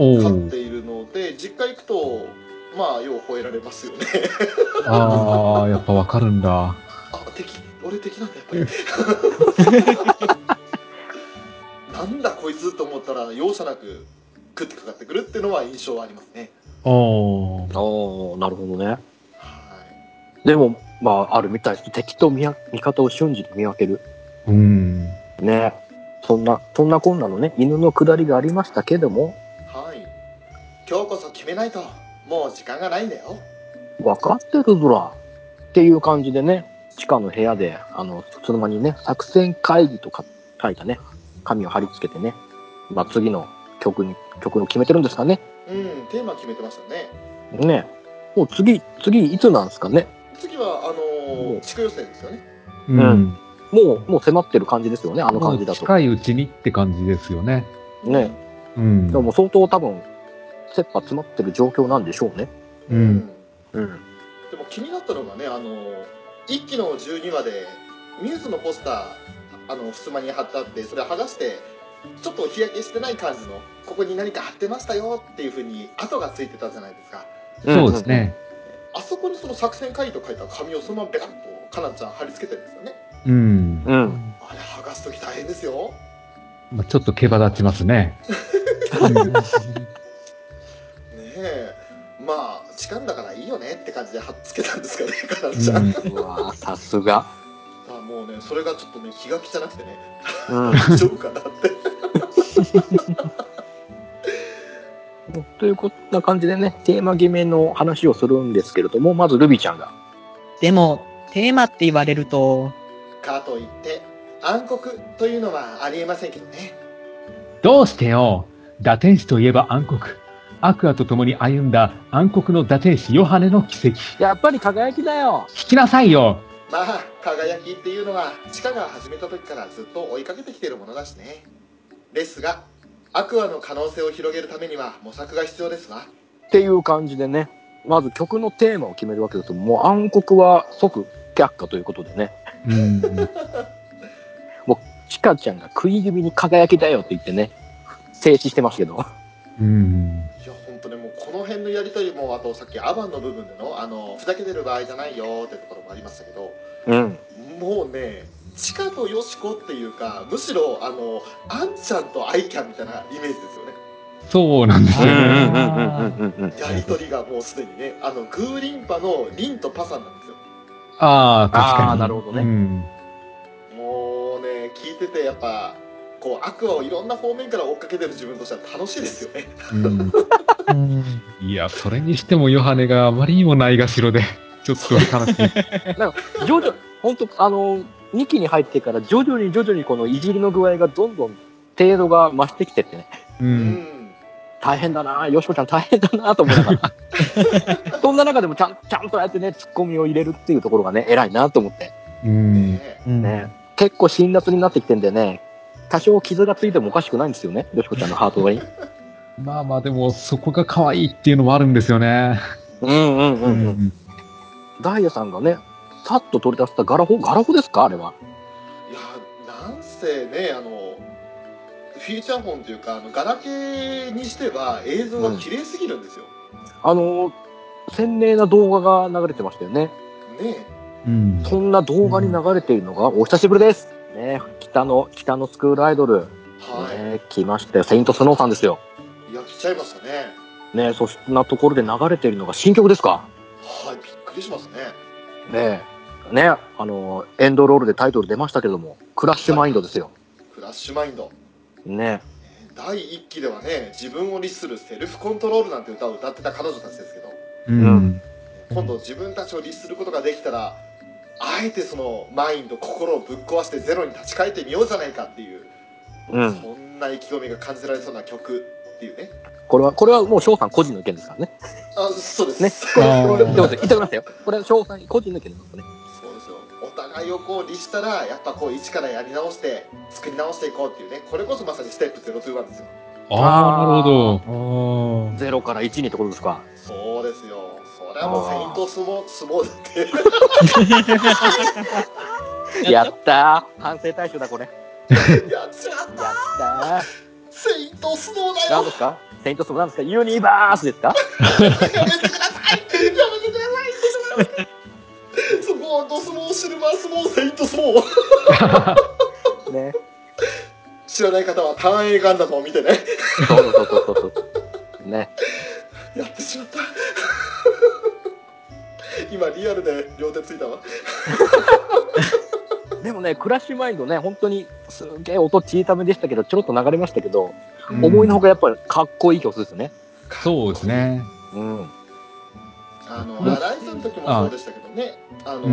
Speaker 4: お
Speaker 2: 飼っ
Speaker 4: お
Speaker 2: て。いるので、実家行くと、まあ、よう吠えられますよね、
Speaker 4: ああ、やっぱわかるん
Speaker 2: あ
Speaker 4: だ。
Speaker 2: 敵、俺敵なんだ、やっぱり。なんだこいつと思ったら容赦なく食ってかかってくるっていうのは印象はありますね。
Speaker 4: おお。
Speaker 3: おー、なるほどね。
Speaker 2: はい
Speaker 3: でも、まあ、あるみたいです。敵と見や味方を瞬時に見分ける。
Speaker 4: うん。
Speaker 3: ね。そんな、そんなこんなのね、犬のくだりがありましたけども、
Speaker 2: はい今日こそ決めないともう時間がないんだよ
Speaker 3: 分かってるぞら。っていう感じでね、地下の部屋で、あの、その間にね、作戦会議とか書いたね、紙を貼り付けてね、まあ、次の曲に、曲を決めてるんですかね。
Speaker 2: うんテーマ決めてましたね
Speaker 3: ね。もう次、次いつなんですかね。
Speaker 2: 次はあの
Speaker 3: う
Speaker 2: ー、
Speaker 3: ん
Speaker 2: 地区予選ですよね
Speaker 4: うん。
Speaker 3: もう、もう迫ってる感じですよね、あの
Speaker 4: も
Speaker 3: 感
Speaker 4: う
Speaker 3: じだと。
Speaker 4: 近いうちにって感じですよね。
Speaker 3: ね。
Speaker 4: うん
Speaker 3: で。も相当多分、切羽詰まってる状況なんでしょうね。
Speaker 4: う。
Speaker 2: うん
Speaker 3: うん。
Speaker 2: でも気になったのがねあの1期の12話でミューズのポスターあの襖に貼ってあってそれ剥がしてちょっと日焼けしてない感じのここに何か貼ってましたよっていうふうに跡がついてたじゃないですか
Speaker 4: そうですね。
Speaker 2: あそこにその作戦会議と書いた紙をそのままベタッとかなちゃん貼り付けてるんですよね
Speaker 4: うん。
Speaker 3: うん。
Speaker 2: あれ剥がす時大変ですよ
Speaker 4: まあ、ちょっと毛羽立ちますね。うん
Speaker 2: ねえまあ時間だからいいよねって感じで貼っつけたんですかねかなちゃん、
Speaker 4: う
Speaker 2: あ
Speaker 4: ん
Speaker 3: うわぁ、さすが。
Speaker 2: もうねそれがちょっとね気が気じゃなくてね
Speaker 3: うん。
Speaker 2: 大丈夫かなって
Speaker 3: というこんな感じでね、テーマ決めの話をするんですけれども、まずルビーちゃんが。
Speaker 7: でも、テーマって言われると、
Speaker 2: かといって暗黒というのはありえませんけどね
Speaker 4: どうしてよ堕天使といえば暗黒。アクアと共に歩んだ暗黒の堕天使ヨハネの奇跡。
Speaker 3: やっぱり輝きだよ。
Speaker 4: 聞きなさいよ
Speaker 2: まあ輝きっていうのは地下が始めた時からずっと追いかけてきているものだしねですがアクアの可能性を広げるためには模索が必要ですわ
Speaker 3: っていう感じでね、まず曲のテーマを決めるわけですけどもう暗黒は即却下ということでね、
Speaker 4: うん。
Speaker 3: チカちゃんが食い気味に輝きだよって言ってね、静止してますけど。
Speaker 4: うん。
Speaker 2: いや本当にもうこの辺のやり取りもあとさっきアバンの部分でのあのふざけてる場合じゃないよってところもありましたけど
Speaker 3: うん。
Speaker 2: もうね地下とヨシコっていうかむしろあのアンちゃんとアイキャンみたいなイメージですよね
Speaker 4: そうなんです
Speaker 5: う
Speaker 4: よ
Speaker 5: ん
Speaker 4: ね。
Speaker 3: うんうんうん。
Speaker 2: やり取りがもうすでにねあのグーリンパのリンとパさんなんですよ
Speaker 4: ああ、確かに。
Speaker 3: あーなるほどね
Speaker 4: うん。
Speaker 2: もうね聞いててやっぱこうアクアをいろんな方面から追っかけてる自分としては楽しいですよね
Speaker 4: うん
Speaker 5: うん
Speaker 4: いや、それにしてもヨハネがあまりにもないがしろで、ちょっと悲しい。
Speaker 3: 徐々、本当あの、2期に入ってから徐々に徐々にこのいじりの具合がどんどん程度が増してきてってね、
Speaker 4: う。
Speaker 2: うん
Speaker 3: 大変だな、よしこちゃん大変だなと思いなが ら。そんな中でもちゃんちゃんとああやってね、ツッコミを入れるっていうところがね、偉いなと思って。
Speaker 4: うん。
Speaker 2: ね
Speaker 5: うん
Speaker 3: ね、結構辛辣になってきてんでね、多少傷がついてもおかしくないんですよね、よしこちゃんのハートがに。
Speaker 4: まあまあ、でも、そこが可愛いっていうのもあるんですよね。
Speaker 3: うんうんう
Speaker 4: うん
Speaker 3: うん。
Speaker 4: ん。
Speaker 3: ダイヤさんがね、さっと取り出したガラホ、ガラホですかあれは。
Speaker 2: いやなんせねあのフィーチャーフォンというかあのガラケーにしては映像が綺麗すぎるんですよ、
Speaker 3: あのー、鮮明な動画が流れてましたよね。
Speaker 2: ね
Speaker 4: うん。
Speaker 3: そんな動画に流れているのが、お久しぶりです。ね、北の、北のスクールアイドル、
Speaker 2: はい、
Speaker 3: ね、来ましたよ。セイントスノーさんですよ。
Speaker 2: いや来ちゃいましたね
Speaker 3: ね、そんなところで流れているのが新曲ですか
Speaker 2: はいびっくりしますね
Speaker 3: ねえねあのエンドロールでタイトル出ましたけどもクラッシュマインドですよ
Speaker 2: フラッシュマインド
Speaker 3: ね
Speaker 2: 第1期ではね自分を律するセルフコントロールなんて歌を歌ってた彼女たちですけど
Speaker 4: うん。
Speaker 2: 今度自分たちを律することができたらあえてそのマインド心をぶっ壊してゼロに立ち返ってみようじゃないかっていう、
Speaker 3: うん
Speaker 2: そんな意気込みが感じられそうな曲っていうね
Speaker 3: これはこれはもう翔さん個人の意見ですからね
Speaker 2: あそうです、
Speaker 3: ね
Speaker 2: そ
Speaker 3: こ
Speaker 2: う
Speaker 3: れ
Speaker 4: あー
Speaker 3: これこれ言ってくださいよこれは翔さん個人の意見ですからね
Speaker 2: そうですよお互いをこう律したらやっぱこう一からやり直して作り直していこうっていうねこれこそまさにステップ021ですよ
Speaker 4: ああ、なるほど。
Speaker 3: 0から1にってことですか
Speaker 2: そうですよそれはもう
Speaker 3: あ
Speaker 2: セ
Speaker 3: ー
Speaker 2: イントスモス モーだって
Speaker 3: やったー反省対象だこれやっ
Speaker 2: やっちゃった
Speaker 3: た
Speaker 2: セイントスモーだ
Speaker 3: ー何
Speaker 2: よ
Speaker 3: ですかセイントスノー何ですかユニバースです
Speaker 2: や
Speaker 3: か
Speaker 2: めてくださいやめてくださいそこはドスモーシルバースモーセイントスモー
Speaker 3: ね
Speaker 2: 知らない方は単影ガンダムを見てね
Speaker 3: そうそうそうそうそうね
Speaker 2: やってしまった今リアルで両手ちゃついたわ。
Speaker 3: でもね、クラッシュマインドね、本当にすげえ音小さめでしたけど、ちょろっと流れましたけど、
Speaker 4: うん
Speaker 3: 思いのほかやっぱりかっこいい曲ですね。
Speaker 4: そうですね。
Speaker 3: うん。
Speaker 2: あの、
Speaker 4: うん
Speaker 2: アライズの時もそうでしたけどね、あの、
Speaker 4: うん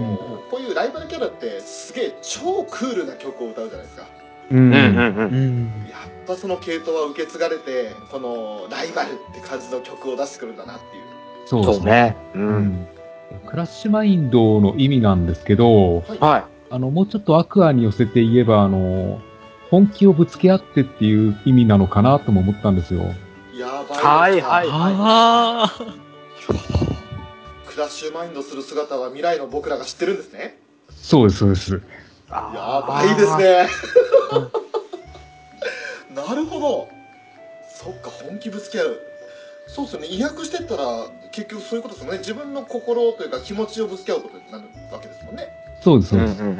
Speaker 2: こういうライバルキャラって、すげえ超クールな曲を歌うじゃないですか。
Speaker 4: う
Speaker 3: うんん
Speaker 5: うん。
Speaker 2: やっぱその系統は受け継がれて、このライバルって感じの曲を出してくるんだなっていう。
Speaker 4: そう
Speaker 3: そ
Speaker 4: で
Speaker 3: う
Speaker 4: すね。
Speaker 3: ね。う。
Speaker 4: うんんクラッシュマインドの意味なんですけど、
Speaker 2: は
Speaker 3: は
Speaker 4: あの、もうちょっとアクアに寄せて言えば、あの、本気をぶつけ合ってっていう意味なのかなとも思ったんですよ。
Speaker 2: い。やばいですね。
Speaker 3: はいはい
Speaker 5: ああ。
Speaker 2: クラッシュマインドする姿は未来の僕らが知ってるんですね。
Speaker 4: そうです、そうです。
Speaker 3: い。や
Speaker 2: やばいです。ね。 なるほど。そっか、本気ぶつけ合う。そうですよね。意訳してったら、結局そういうことですもんね。自分の心というか気持ちをぶつけ合うことになるわけですもんね。
Speaker 4: そうです、
Speaker 3: う
Speaker 4: そ
Speaker 3: ん
Speaker 4: う
Speaker 3: う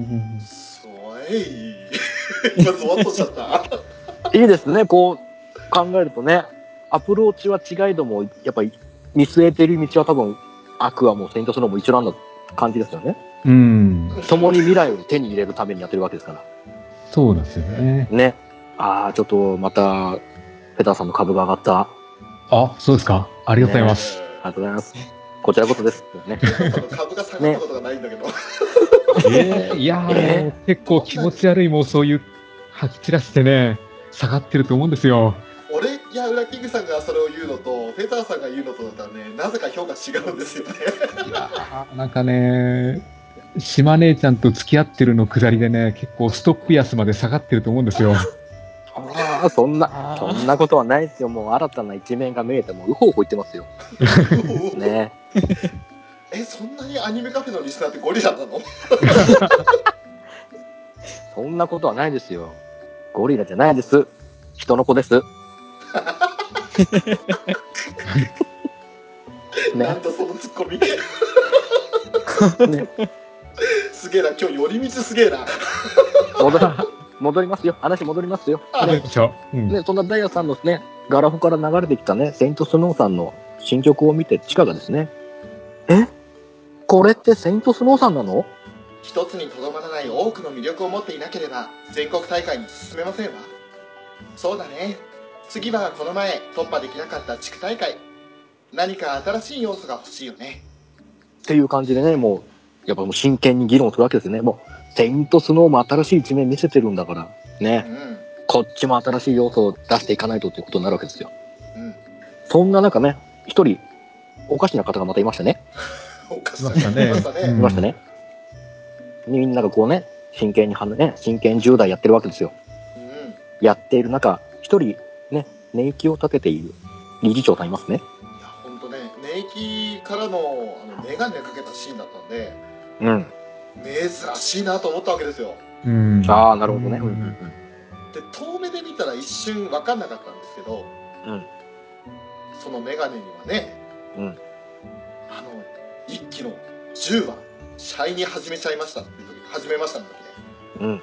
Speaker 4: で
Speaker 3: ん
Speaker 4: す。
Speaker 3: うんうん。
Speaker 2: そえい。 今ゾワッとしちゃった。
Speaker 3: いいですね、こう考えるとね、アプローチは違いども、やっぱり見据えてる道は多分、アクアもセイントスノーも一緒なんだ感じですよね。
Speaker 4: うん。
Speaker 3: 共に未来を手に入れるためにやってるわけですから。
Speaker 4: そうなんですよね。
Speaker 3: ね。ああ、ちょっとまた、ペターさんの株が上がった。あ
Speaker 4: あ、そうですか。ありがとうございます。
Speaker 3: りがとうございます。こちらこそです。ね。
Speaker 2: 株が下がったことがないんだけど。
Speaker 4: えーいやー、
Speaker 3: ね
Speaker 4: 結構気持ち悪い妄想を言う吐き散らしてね、下がってると思うんですよ。
Speaker 2: 俺やウラキングさんがそれを言うのと、フェターさんが言うのとだったらね、なぜか評価違うんですよね。
Speaker 4: なんかね、島姉ちゃんと付き合ってるの下りでね、結構ストップ安まで下がってると思うん ですよ。
Speaker 3: ああ、そんな、そんなことはないですよ。もう新たな一面が見えて、もううほうほ言ってますよ。ね。
Speaker 2: え、そんなにアニメカフェのリスナーってゴリラなの
Speaker 3: そんなことはないですよ。ゴリラじゃないです。人の子 です。
Speaker 2: な
Speaker 3: ね
Speaker 2: ん。とそのツッコミ。
Speaker 3: ね
Speaker 2: すげえな、今日寄り道すげえな。
Speaker 3: 戻り戻りますよ。話戻りますよ。
Speaker 2: あ
Speaker 4: でしょうん
Speaker 3: ね、そんなダイヤさんのね、ガラフから流れてきたね、セイントスノーさんの新曲を見て、チカがですね、えこれってセイントスノーさんなの
Speaker 2: 一つにとどまらない多くの魅力を持っていなければ全国大会に進めませんわそうだね次はこの前突破できなかった地区大会何か新しい要素が欲しいよね
Speaker 3: っていう感じでね、もう、やっぱもう真剣に議論するわけですよね。もう、セイントスノーも新しい一面見せてるんだから、
Speaker 2: う
Speaker 3: ね、
Speaker 2: ん
Speaker 3: こっちも新しい要素を出していかないとっていうことになるわけですよ。
Speaker 2: うん
Speaker 3: そんな中ね、一人、おかしな方がまたいましたね。
Speaker 2: おかし
Speaker 4: いましたね
Speaker 2: いましたね、
Speaker 4: うん
Speaker 3: いましたね。みんながこうね、真剣に話、ね、真剣10代やってるわけですよ。
Speaker 2: うん
Speaker 3: やっている中、一人、ね、寝息を立てている理事長さんいますね。
Speaker 2: いやほんとね寝息からのあの眼鏡かけたシーンだったんで
Speaker 3: うん。
Speaker 2: 珍しいなと思ったわけですよ
Speaker 4: うん。
Speaker 3: ああ、なるほどね。
Speaker 4: うんうん
Speaker 2: で遠目で見たら一瞬分かんなかったんですけど、
Speaker 3: うん
Speaker 2: その眼鏡にはね、
Speaker 3: うん
Speaker 2: あの一期の10番「シャイに始めちゃいました」っていう時始めましたの時ね
Speaker 3: うん。うん。
Speaker 2: あ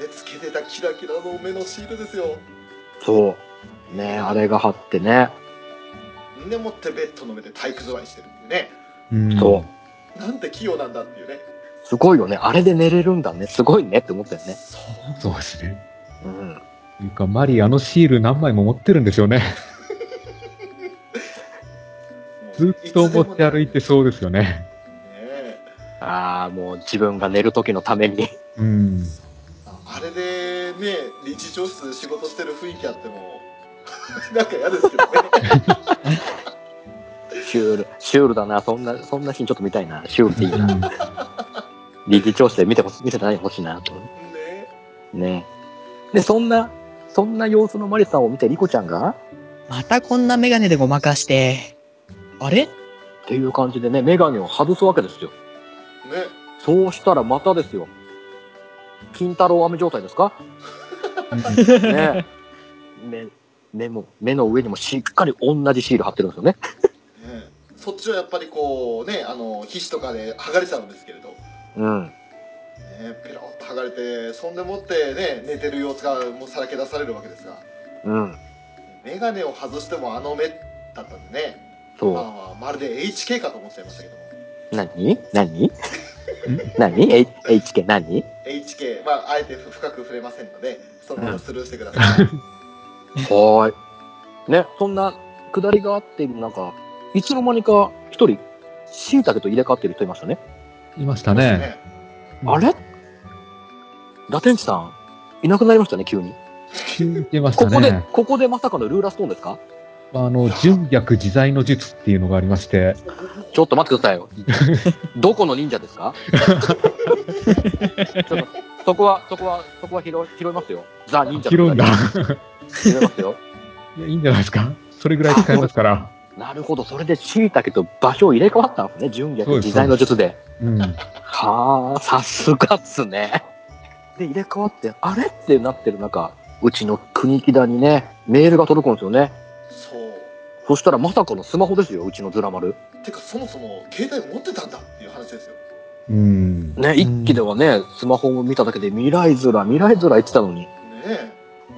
Speaker 2: れでつけてたキラキラの目のシールですよ
Speaker 3: そう。ねあれが張ってね。
Speaker 2: でもってベッドの上で体育座りしてるっていうね
Speaker 4: うん
Speaker 3: そう。
Speaker 2: なんて器用なんだっていうね
Speaker 3: すごいよね。あれで寝れるんだね。すごいねって思ったよね。
Speaker 2: そう
Speaker 4: そうですね。
Speaker 3: うん。
Speaker 4: というか、マリーあのシール何枚も持ってるんですよ ね。
Speaker 2: もう
Speaker 4: ずっと持って歩いて
Speaker 2: つ
Speaker 4: そうですよね。
Speaker 2: でもねねえ
Speaker 3: ああ、もう自分が寝る時のために。
Speaker 4: うん。
Speaker 2: ああれでね日常室で仕事してる雰囲気あっても なんか嫌ですけどね
Speaker 3: シュール、シュールだな。そんな、そんなシーンちょっと見たいな。シュールっていいな。理事長室で見てほし、見せてないほしいなと。
Speaker 2: ね
Speaker 3: ねで、そんな、そんな様子のマリさんを見てリコちゃんが
Speaker 7: またこんなメガネでごまかして。あれ
Speaker 3: っていう感じでね、メガネを外すわけですよ。
Speaker 2: ね
Speaker 3: そうしたらまたですよ。金太郎飴状態ですかね目、目も、目の上にもしっかり同じシール貼ってるんですよね。
Speaker 2: ねそっちはやっぱりこうねあの皮脂とかで剥がれちゃうんですけれど、ね、
Speaker 3: うん。
Speaker 2: ペロッと剥がれてそんでもってね寝てる様子がもうさらけ出されるわけですが
Speaker 3: うん。
Speaker 2: 眼鏡を外してもあの目だったんでね
Speaker 3: そう。
Speaker 2: まあまあまるで HK かと思っちゃいましたけども
Speaker 3: 何何何 H- ?HK 何
Speaker 2: HK、まあ、あえて深く触れませんので、そのままスルーしてください。
Speaker 3: はーい。ね、そんな下りがあって、なんか、いつの間にか一人、椎茸と入れ替わってる人いましたね。
Speaker 4: いましたね。
Speaker 3: あれラテンチさん、いなくなりましたね、急に。
Speaker 4: いまし
Speaker 3: こ
Speaker 4: た
Speaker 3: こで
Speaker 4: ね。、
Speaker 3: ここでまさかのルーラーストーンですか
Speaker 4: あの、純逆自在の術っていうのがありまして、
Speaker 3: ちょっと待ってください よ。どこの忍者ですかちょっと、そこは、そこは、そこは拾い拾いますよ。ザ・忍者
Speaker 4: 拾うんだ。
Speaker 3: 拾いますよ。
Speaker 4: いやいいんじゃないですか。それぐらい使えますから。
Speaker 3: なるほど、それで椎茸と場所を入れ替わったんですね、純逆自在の術で。
Speaker 4: うん。
Speaker 3: はあ、さすがっすね。で、入れ替わって、あれってなってる中、うちの国木田にね、メールが届くんですよね。
Speaker 2: そう。
Speaker 3: そしたらまさかのスマホですよ、うちのズラ丸。
Speaker 2: てか、そもそも携帯持ってたんだっていう話ですよ。
Speaker 4: うん。
Speaker 3: ね、一期ではね、スマホを見ただけで未来ズラ、未来ズラ言ってたのに、
Speaker 2: ねえ。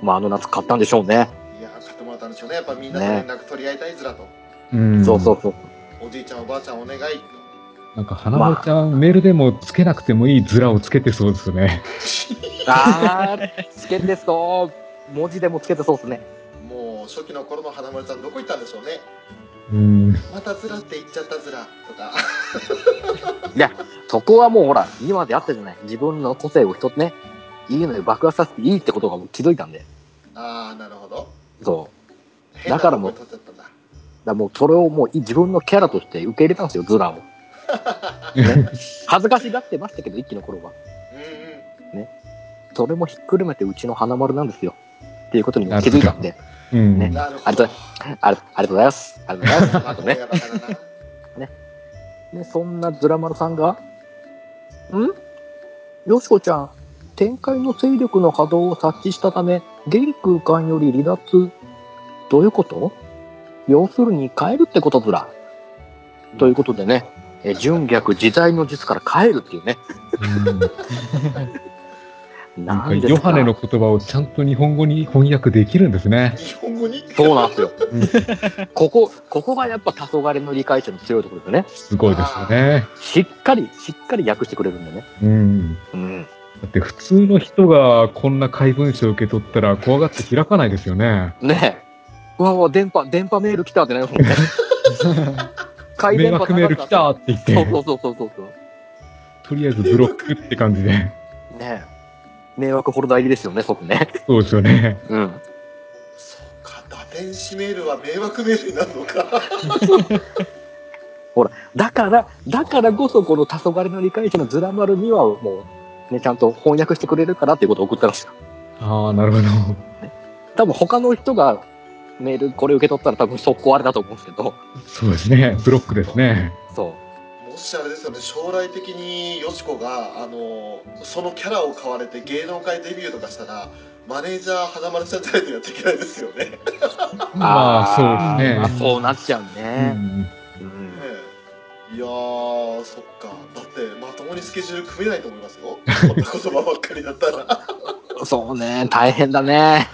Speaker 3: まああの夏買ったんでしょうね。
Speaker 2: いやー買ってもらったんでしょうねやっぱみんなと連絡取り合いたいずらと、
Speaker 4: うん。
Speaker 3: そうそうそう。
Speaker 2: おじいちゃんおばあちゃんお願いと
Speaker 4: なんか、花丸ちゃん、メールでもつけなくてもいいズラをつけてそうですね。
Speaker 3: あー、つけてそう。文字でもつけてそうですね。
Speaker 2: もう初期の頃の花丸ちゃんどこ行ったんでしょうね
Speaker 4: うん。
Speaker 2: またずらって言っちゃったずらとか
Speaker 3: いや、そこはもうほら、今であったじゃない。自分の個性を一つね、いいのに爆発させていいってことがもう気づいたんで。
Speaker 2: ああなるほど
Speaker 3: そう。
Speaker 2: 変な
Speaker 3: だからもう
Speaker 2: とこに取っちゃったんだ
Speaker 3: だからもうそれをもう自分のキャラとして受け入れたんですよ、ズラを。ね、恥ずかしがってましたけど、一期の頃は。
Speaker 2: うん
Speaker 3: それもひっくるめてうちの花丸なんですよ。っていうことにも気づいたんで。
Speaker 4: うん。
Speaker 2: うん
Speaker 3: ね
Speaker 2: なるほ
Speaker 3: あり
Speaker 2: ど
Speaker 3: がとうありありがとうございます。ありがとうございま。
Speaker 2: ますと
Speaker 3: と
Speaker 2: め
Speaker 3: ね。
Speaker 2: がバカだ な
Speaker 3: ね、そんなズラ丸さんが、んよしこちゃん、展開の勢力の波動を察知したため、現空間より離脱。どういうこと要するに変えるってことズラ。ということでね、え純逆自在の術から変えるっていうね。
Speaker 4: うんなんか、
Speaker 3: です
Speaker 4: ヨハネの言葉をちゃんと日本語に翻訳できるんですね。
Speaker 2: 日本語に
Speaker 3: そうなんですよ。ここ、ここがやっぱ黄昏の理解者の強いところですよね。
Speaker 4: すごいですよね。
Speaker 3: しっかり、しっかり訳してくれるんでね。
Speaker 4: うん。
Speaker 3: うん。
Speaker 4: だって普通の人がこんな怪文書を受け取ったら怖がって開かないですよね。
Speaker 3: ねえ。うわうわ、電波、電波メール来たってなりますもんね。 回
Speaker 4: 迷
Speaker 3: 電波
Speaker 4: 惑メール来たって言っ
Speaker 3: そうそ
Speaker 4: て、
Speaker 3: うそうそうそうそう。
Speaker 4: とりあえずブロックって感じで。
Speaker 3: ねえ。迷惑フォルダ入りですよね、即 ね。
Speaker 4: そうですよね。
Speaker 3: うん。
Speaker 2: そうか打点子メールは迷惑メールになるのか
Speaker 3: だから、だからこそこの黄昏の理解者のズラ丸にはもう、ね、ちゃんと翻訳してくれるからっていうことを送ったんですよ。
Speaker 4: ああ、なるほど。
Speaker 3: 多分他の人がメールこれ受け取ったら多分速攻あれだと思うんですけど。
Speaker 4: そうですね。ブロックですね。
Speaker 3: そう。
Speaker 2: もしあれですよね将来的によしこがあのそのキャラを買われて芸能界デビューとかしたらマネージャー花丸ちゃんじゃないとやっていけないですよね
Speaker 4: まあ、
Speaker 3: ー
Speaker 4: そうです
Speaker 3: まあ
Speaker 4: ね。
Speaker 3: そうなっちゃうね。うん。
Speaker 2: ねえいやーそっかだってまともにスケジュール組めないと思いますよこんな言葉ばっかりだったら ね
Speaker 3: そうね、大変だね。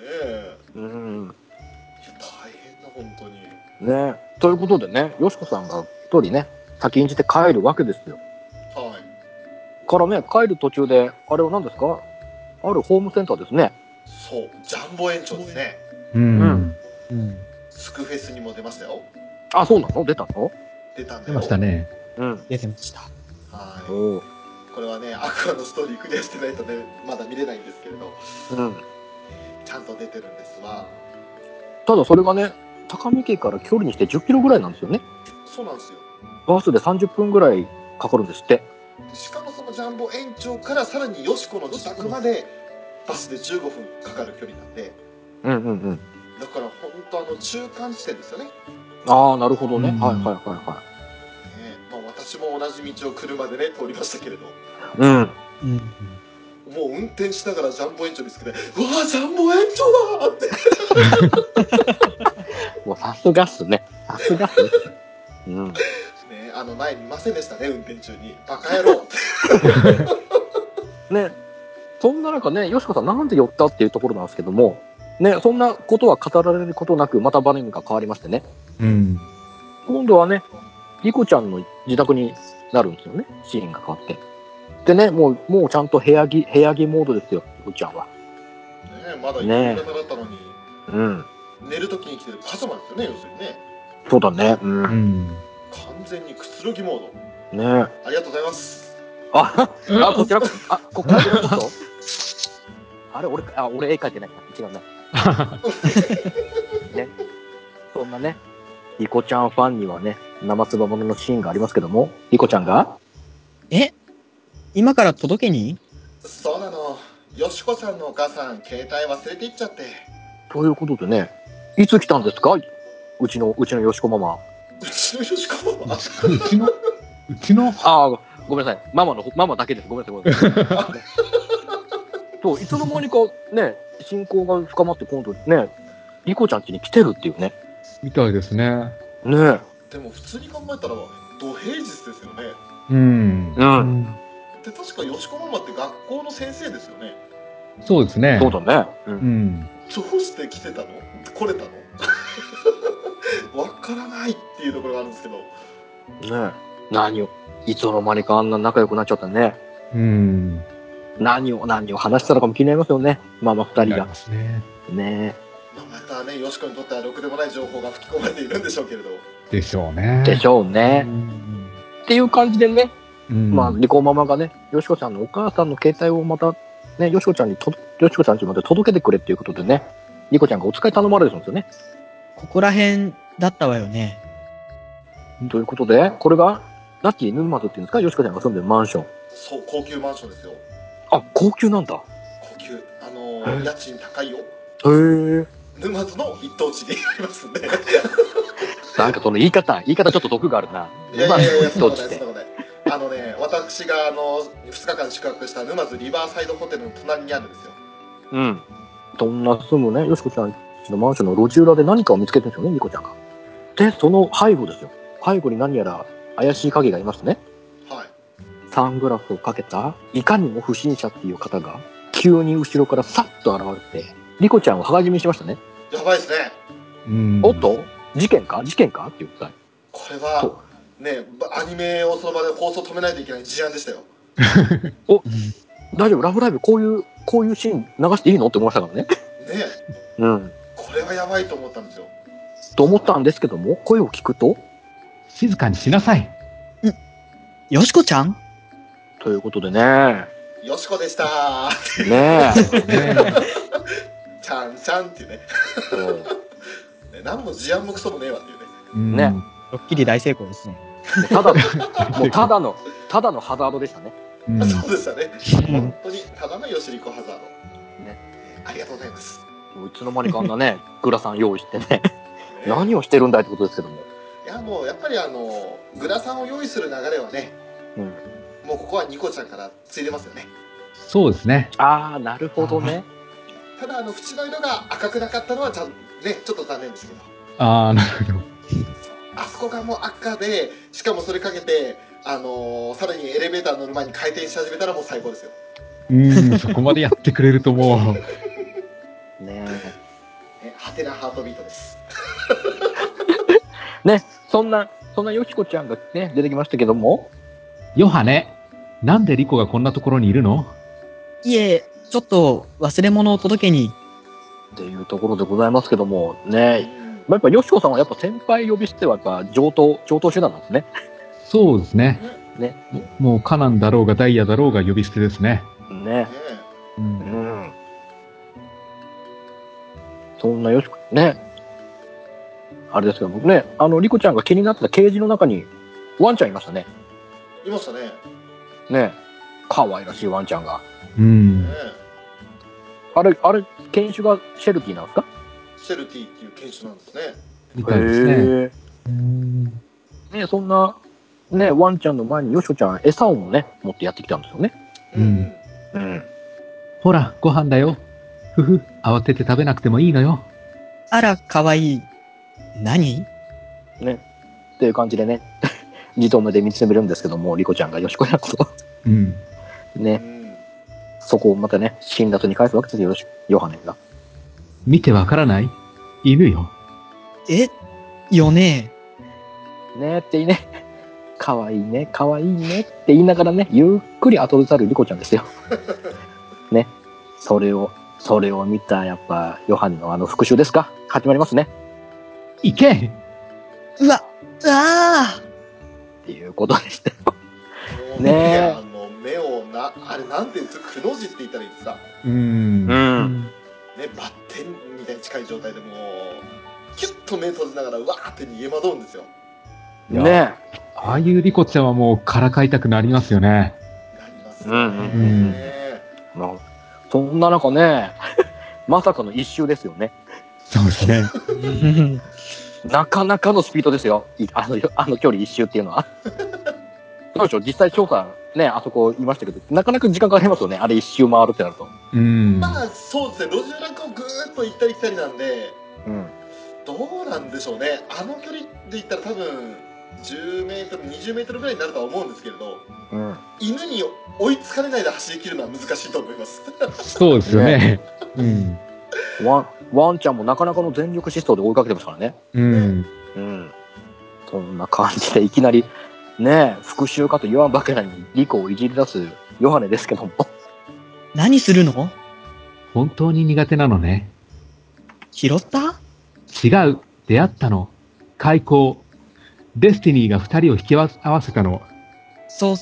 Speaker 2: え
Speaker 3: うん。
Speaker 2: いや大変だ本当に
Speaker 3: ね。ということでね、よしこさんが一人ね、先んじて帰るわけですよ。
Speaker 2: はい
Speaker 3: からね、帰る途中で、あれは何ですかあるホームセンターですね。
Speaker 2: そうジャンボ延長ですね
Speaker 4: うん。う。
Speaker 3: うん
Speaker 5: うん。
Speaker 2: スクフェスにも出ましたよ
Speaker 3: あ、そうなの出たの
Speaker 2: 出たんだ
Speaker 4: 出
Speaker 2: よ
Speaker 4: ましたね。
Speaker 3: うん。
Speaker 5: 出てました。
Speaker 2: は
Speaker 3: おう
Speaker 2: いこれはねアクアのストーリークリアしてないとねまだ見れないんですけれど
Speaker 3: うん。
Speaker 2: ちゃんと出てるんですわ
Speaker 3: ただそれがね、高見家から距離にして10キロぐらいなんですよね。
Speaker 2: そうなんですよ
Speaker 3: バスで30分ぐらいかかるんですって。
Speaker 2: しかもそのジャンボ延長からさらによしこの自宅までバスで15分かかる距離なんで
Speaker 3: うんうんうん。
Speaker 2: だから本当あの中間地点ですよね
Speaker 3: ああ、なるほどね。
Speaker 4: うん
Speaker 3: はいはいはいは
Speaker 2: ねまあ、私も同じ道を車でね通りましたけれど
Speaker 3: い。うん。
Speaker 5: うん。
Speaker 2: もう運転しながらジャンボ延長見つけて「うわージャンボ延長だ!」って
Speaker 3: もうさすがっすね。さすがっすね。 うん。
Speaker 2: ねあの前見ませんでしたね運転中に「バカ野郎」って
Speaker 3: ね、そんな中ね、よしこさんなんで寄ったっていうところなんですけども、ね、そんなことは語られることなく、また場面が変わりましてね、
Speaker 4: うん。
Speaker 3: 今度はね、リコちゃんの自宅になるんですよね、シーンが変わって。でね、もう、もうちゃんと部屋着、部屋着モードですよ、リコちゃんは。
Speaker 2: えまだ夕方だったのに、
Speaker 3: うん。
Speaker 2: 寝るときに着てるパジャマですよね要するにね
Speaker 3: そうだね。うん。
Speaker 4: う
Speaker 3: ね
Speaker 4: ん。
Speaker 2: 完全にくつろぎモード
Speaker 3: あ、
Speaker 2: ありがとうございます
Speaker 3: あ、
Speaker 8: うん
Speaker 3: こちらこそ、あ、ここからこそ。あれ、俺、あ、俺絵描いてない。違うね。ね。そんなね、リコちゃんファンにはね、生つばもののシーンがありますけども、リコちゃんが
Speaker 5: え今から届けに
Speaker 2: そうなのよしこさんのお母さん携帯忘れていっちゃって
Speaker 3: ということでね、いつ来たんですかうちの、うちのよしこママ。
Speaker 2: うちのよしこママ
Speaker 4: うちの、うちの、
Speaker 3: ああ、ごめんなさい。ママの、ママだけです。ごめんなさい、ごめんなさい。 そう、いつの間にかね、信仰が深まって今度ね、リコちゃん家に来てるっていうね。
Speaker 4: みたいですね。
Speaker 3: ね
Speaker 2: でも普通に考えたら土平日ですよね
Speaker 4: うん。
Speaker 3: うん。
Speaker 2: で確かよしこママって学校の先生ですよね
Speaker 4: そうですね。
Speaker 3: そうだね。うん
Speaker 4: うん。
Speaker 2: どうして来てたの来れたの わからないっていうところがあるんですけど
Speaker 3: ね何を、いつの間にかあんな仲良くなっちゃったね。
Speaker 4: うん。
Speaker 3: 何を、何を話したのかも気になりますよね。ママ二人
Speaker 4: なり
Speaker 3: が
Speaker 4: ま。すね。
Speaker 3: ね
Speaker 2: まあまたねよしこにとってはろくでもない情報が吹き込まれているんでしょうけれど
Speaker 4: でしょうね。
Speaker 3: でし
Speaker 4: ょ
Speaker 3: ょうね。っていう感じでね、
Speaker 4: うん。
Speaker 3: まあ、リコママがね、よしこちゃんのお母さんの携帯をまた、ね、よしこちゃんにと、よしこちゃんちまで届けてくれっていうことでね、リコちゃんがお使い頼まれるんですよね。
Speaker 5: ここら辺だったわよね。
Speaker 3: ということで、これが、ラッキー沼津っていうんですか、よしこちゃんが住んでるマンション。
Speaker 2: そう高級マンションですよ
Speaker 3: あ、高級なんだ。へ
Speaker 2: 高級あのー家賃高いよ
Speaker 3: え。
Speaker 2: 沼津の一等地でありますん で
Speaker 3: なんかその言い方、言い方ちょっと毒があるな。
Speaker 2: いやいやいや
Speaker 3: 沼津
Speaker 2: そ
Speaker 3: の
Speaker 2: んなこと
Speaker 3: 一等地
Speaker 2: ない
Speaker 3: で
Speaker 2: そ。んなことないあのね私があの2日間宿泊した沼津リバーサイドホテルの隣にあるんですよ
Speaker 3: うん。そんな住むね、よしこちゃんちのマンションの路地裏で何かを見つけてるんですよね、リコちゃんが。で、その背後ですよ。背後に何やら怪しい影がいますね。
Speaker 2: はい
Speaker 3: サングラスをかけた、いかにも不審者っていう方が、急に後ろからさっと現れて、リコちゃんを羽交い締めにしましたね。
Speaker 2: やばいですね
Speaker 4: うん
Speaker 3: おっと事件か事件かって言った。
Speaker 2: これ
Speaker 3: そ
Speaker 2: はねアニメをその場で放送止めないといけない事案でしたよ
Speaker 3: 大丈夫、ラブライブこういう、こういうシーン流していいのって思いましたからね。
Speaker 2: ね
Speaker 3: うん。
Speaker 2: これはやばいと思ったんですよ
Speaker 3: と思ったんですけども、声を聞くと、
Speaker 4: 静かにしなさい。
Speaker 5: よしこちゃん
Speaker 3: ということでね、
Speaker 2: よしこでした
Speaker 3: ね え
Speaker 2: ちゃんちゃんっていうね
Speaker 3: そう。
Speaker 2: ね何も事案もクソもねえわっていうね
Speaker 4: うん
Speaker 3: ね。
Speaker 5: ドッキリ大成功ですね。
Speaker 3: ただの、もうただの、ただのハザードでしたね。
Speaker 4: うん
Speaker 2: そうでしたね。
Speaker 5: うん
Speaker 2: 本当にただのよしりこハザード。
Speaker 3: ね
Speaker 2: ね。ありがとうございます。
Speaker 3: もういつの間にかあんな ね、グラさん用意してね、
Speaker 2: ね
Speaker 3: 何をしてるんだいってことですけども。
Speaker 2: いやもうやっぱりあのグラさんを用意する流れはね、
Speaker 3: うん
Speaker 2: もうここはニコちゃんからついでますよね。
Speaker 4: そうですね。
Speaker 3: ああ、なるほどね。
Speaker 2: ただあの縁の色が赤くなかったのはちゃんねちょっと残念ですけど、
Speaker 4: ああ、なるほど。
Speaker 2: あそこがもう赤でしかもそれかけてあのーさらにエレベーター乗る前に回転し始めたらもう最高ですよ。
Speaker 4: うん、そこまでやってくれるともう。
Speaker 3: ね
Speaker 2: ねハテナハートビートです。
Speaker 3: えね、そんな、そんなよしこちゃんがね、出てきましたけども、
Speaker 4: ヨハネ、なんでリコがこんなところにいるの
Speaker 5: いえ、ちょっと忘れ物を届けに。
Speaker 3: っていうところでございますけども、
Speaker 2: う
Speaker 3: ね
Speaker 2: ん
Speaker 3: まあやっぱよしこさんはやっぱ先輩呼びしてはやっぱ上等、上等手段なんですね。
Speaker 4: そうですね。
Speaker 3: ね
Speaker 4: ももうカナンだろうがダイヤだろうが呼び捨てですね。
Speaker 3: ね
Speaker 2: ね
Speaker 4: う、
Speaker 3: うんん。そんなよしこ、ねあれですけども、ねあの、りこちゃんが気になってたケージの中に、ワンちゃんいましたね。
Speaker 2: いましたね。ね
Speaker 3: ね可愛らしいワンちゃんが。
Speaker 4: うん、
Speaker 3: あれ、あれ、犬種がシェルティなんですか
Speaker 2: シェルティっていう犬種なんですね。
Speaker 4: みたいですね。
Speaker 3: ねねそんな、ねワンちゃんの前によしこちゃん、餌をもね、持ってやってきたんですよね。
Speaker 4: うん
Speaker 3: うん。
Speaker 4: ほら、ご飯だよ。ふふ、慌てて食べなくてもいいのよ。
Speaker 5: あら、かわいい。何
Speaker 3: っていう感じでね、 じと目で見つめるんですけども、リコちゃんがよしこやこと。
Speaker 4: うん。
Speaker 2: う
Speaker 3: ね、
Speaker 2: ん
Speaker 3: そこをまたね、辛辣に返すわけですよ、よしヨハネが。
Speaker 4: 見てわからない犬よ。
Speaker 5: えよね
Speaker 3: ねえっていいね。 可愛いね、可愛いねって言いながらね、ゆっくり後ずさるリコちゃんですよ。 ね。それを、それを見た、やっぱ、ヨハネのあの復讐ですか始まりますね。
Speaker 4: 行け
Speaker 7: うわ、うわ
Speaker 3: っていうことでした。
Speaker 2: もう
Speaker 3: ねえ
Speaker 2: あの目をなあれなんていうんですかくの字って言ったらいいですか
Speaker 4: うーん。
Speaker 8: うん。
Speaker 2: ねバッテンみたいに近い状態でもうキュッと目閉じながらうわーって逃げ惑うんですよ
Speaker 4: いや
Speaker 3: ね
Speaker 4: ああいうリコちゃんはもうからかいたくなりますよね。
Speaker 2: なります
Speaker 8: うんうん
Speaker 4: う
Speaker 2: ね
Speaker 4: ん
Speaker 3: え。まあ、そんな中 ね、まさかの一周ですよね。
Speaker 4: そうですね。
Speaker 3: なかなかのスピードですよ。いあの、よあの距離一周っていうの は。どうでしょう実際、翔さん、ね、あそこいましたけど、なかなか時間かかりますよね。あれ一周回るってなると。
Speaker 4: うん。
Speaker 2: まあそうですね路地裏こうぐーっと行ったり来たりなんで
Speaker 3: うん。
Speaker 2: どうなんでしょうねあの距離で言ったら多分10メートル20メートルぐらいになるとは思うんですけれど
Speaker 3: うん。
Speaker 2: 犬に追いつかれないで走り切るのは難しいと思います
Speaker 4: そうですよね。うん。
Speaker 3: ワン、ワンちゃんもなかなかの全力疾走で追いかけてますからね。
Speaker 4: うん。
Speaker 3: うん。そんな感じで、いきなり、ねえ、復讐かと言わんばかりに、リコをいじり出すヨハネですけども。
Speaker 7: 何するの
Speaker 4: 本当に苦手なのね。
Speaker 7: 拾った
Speaker 4: 違う。出会ったの。開口。デスティニーが二人を引き合わせたの。
Speaker 7: そう、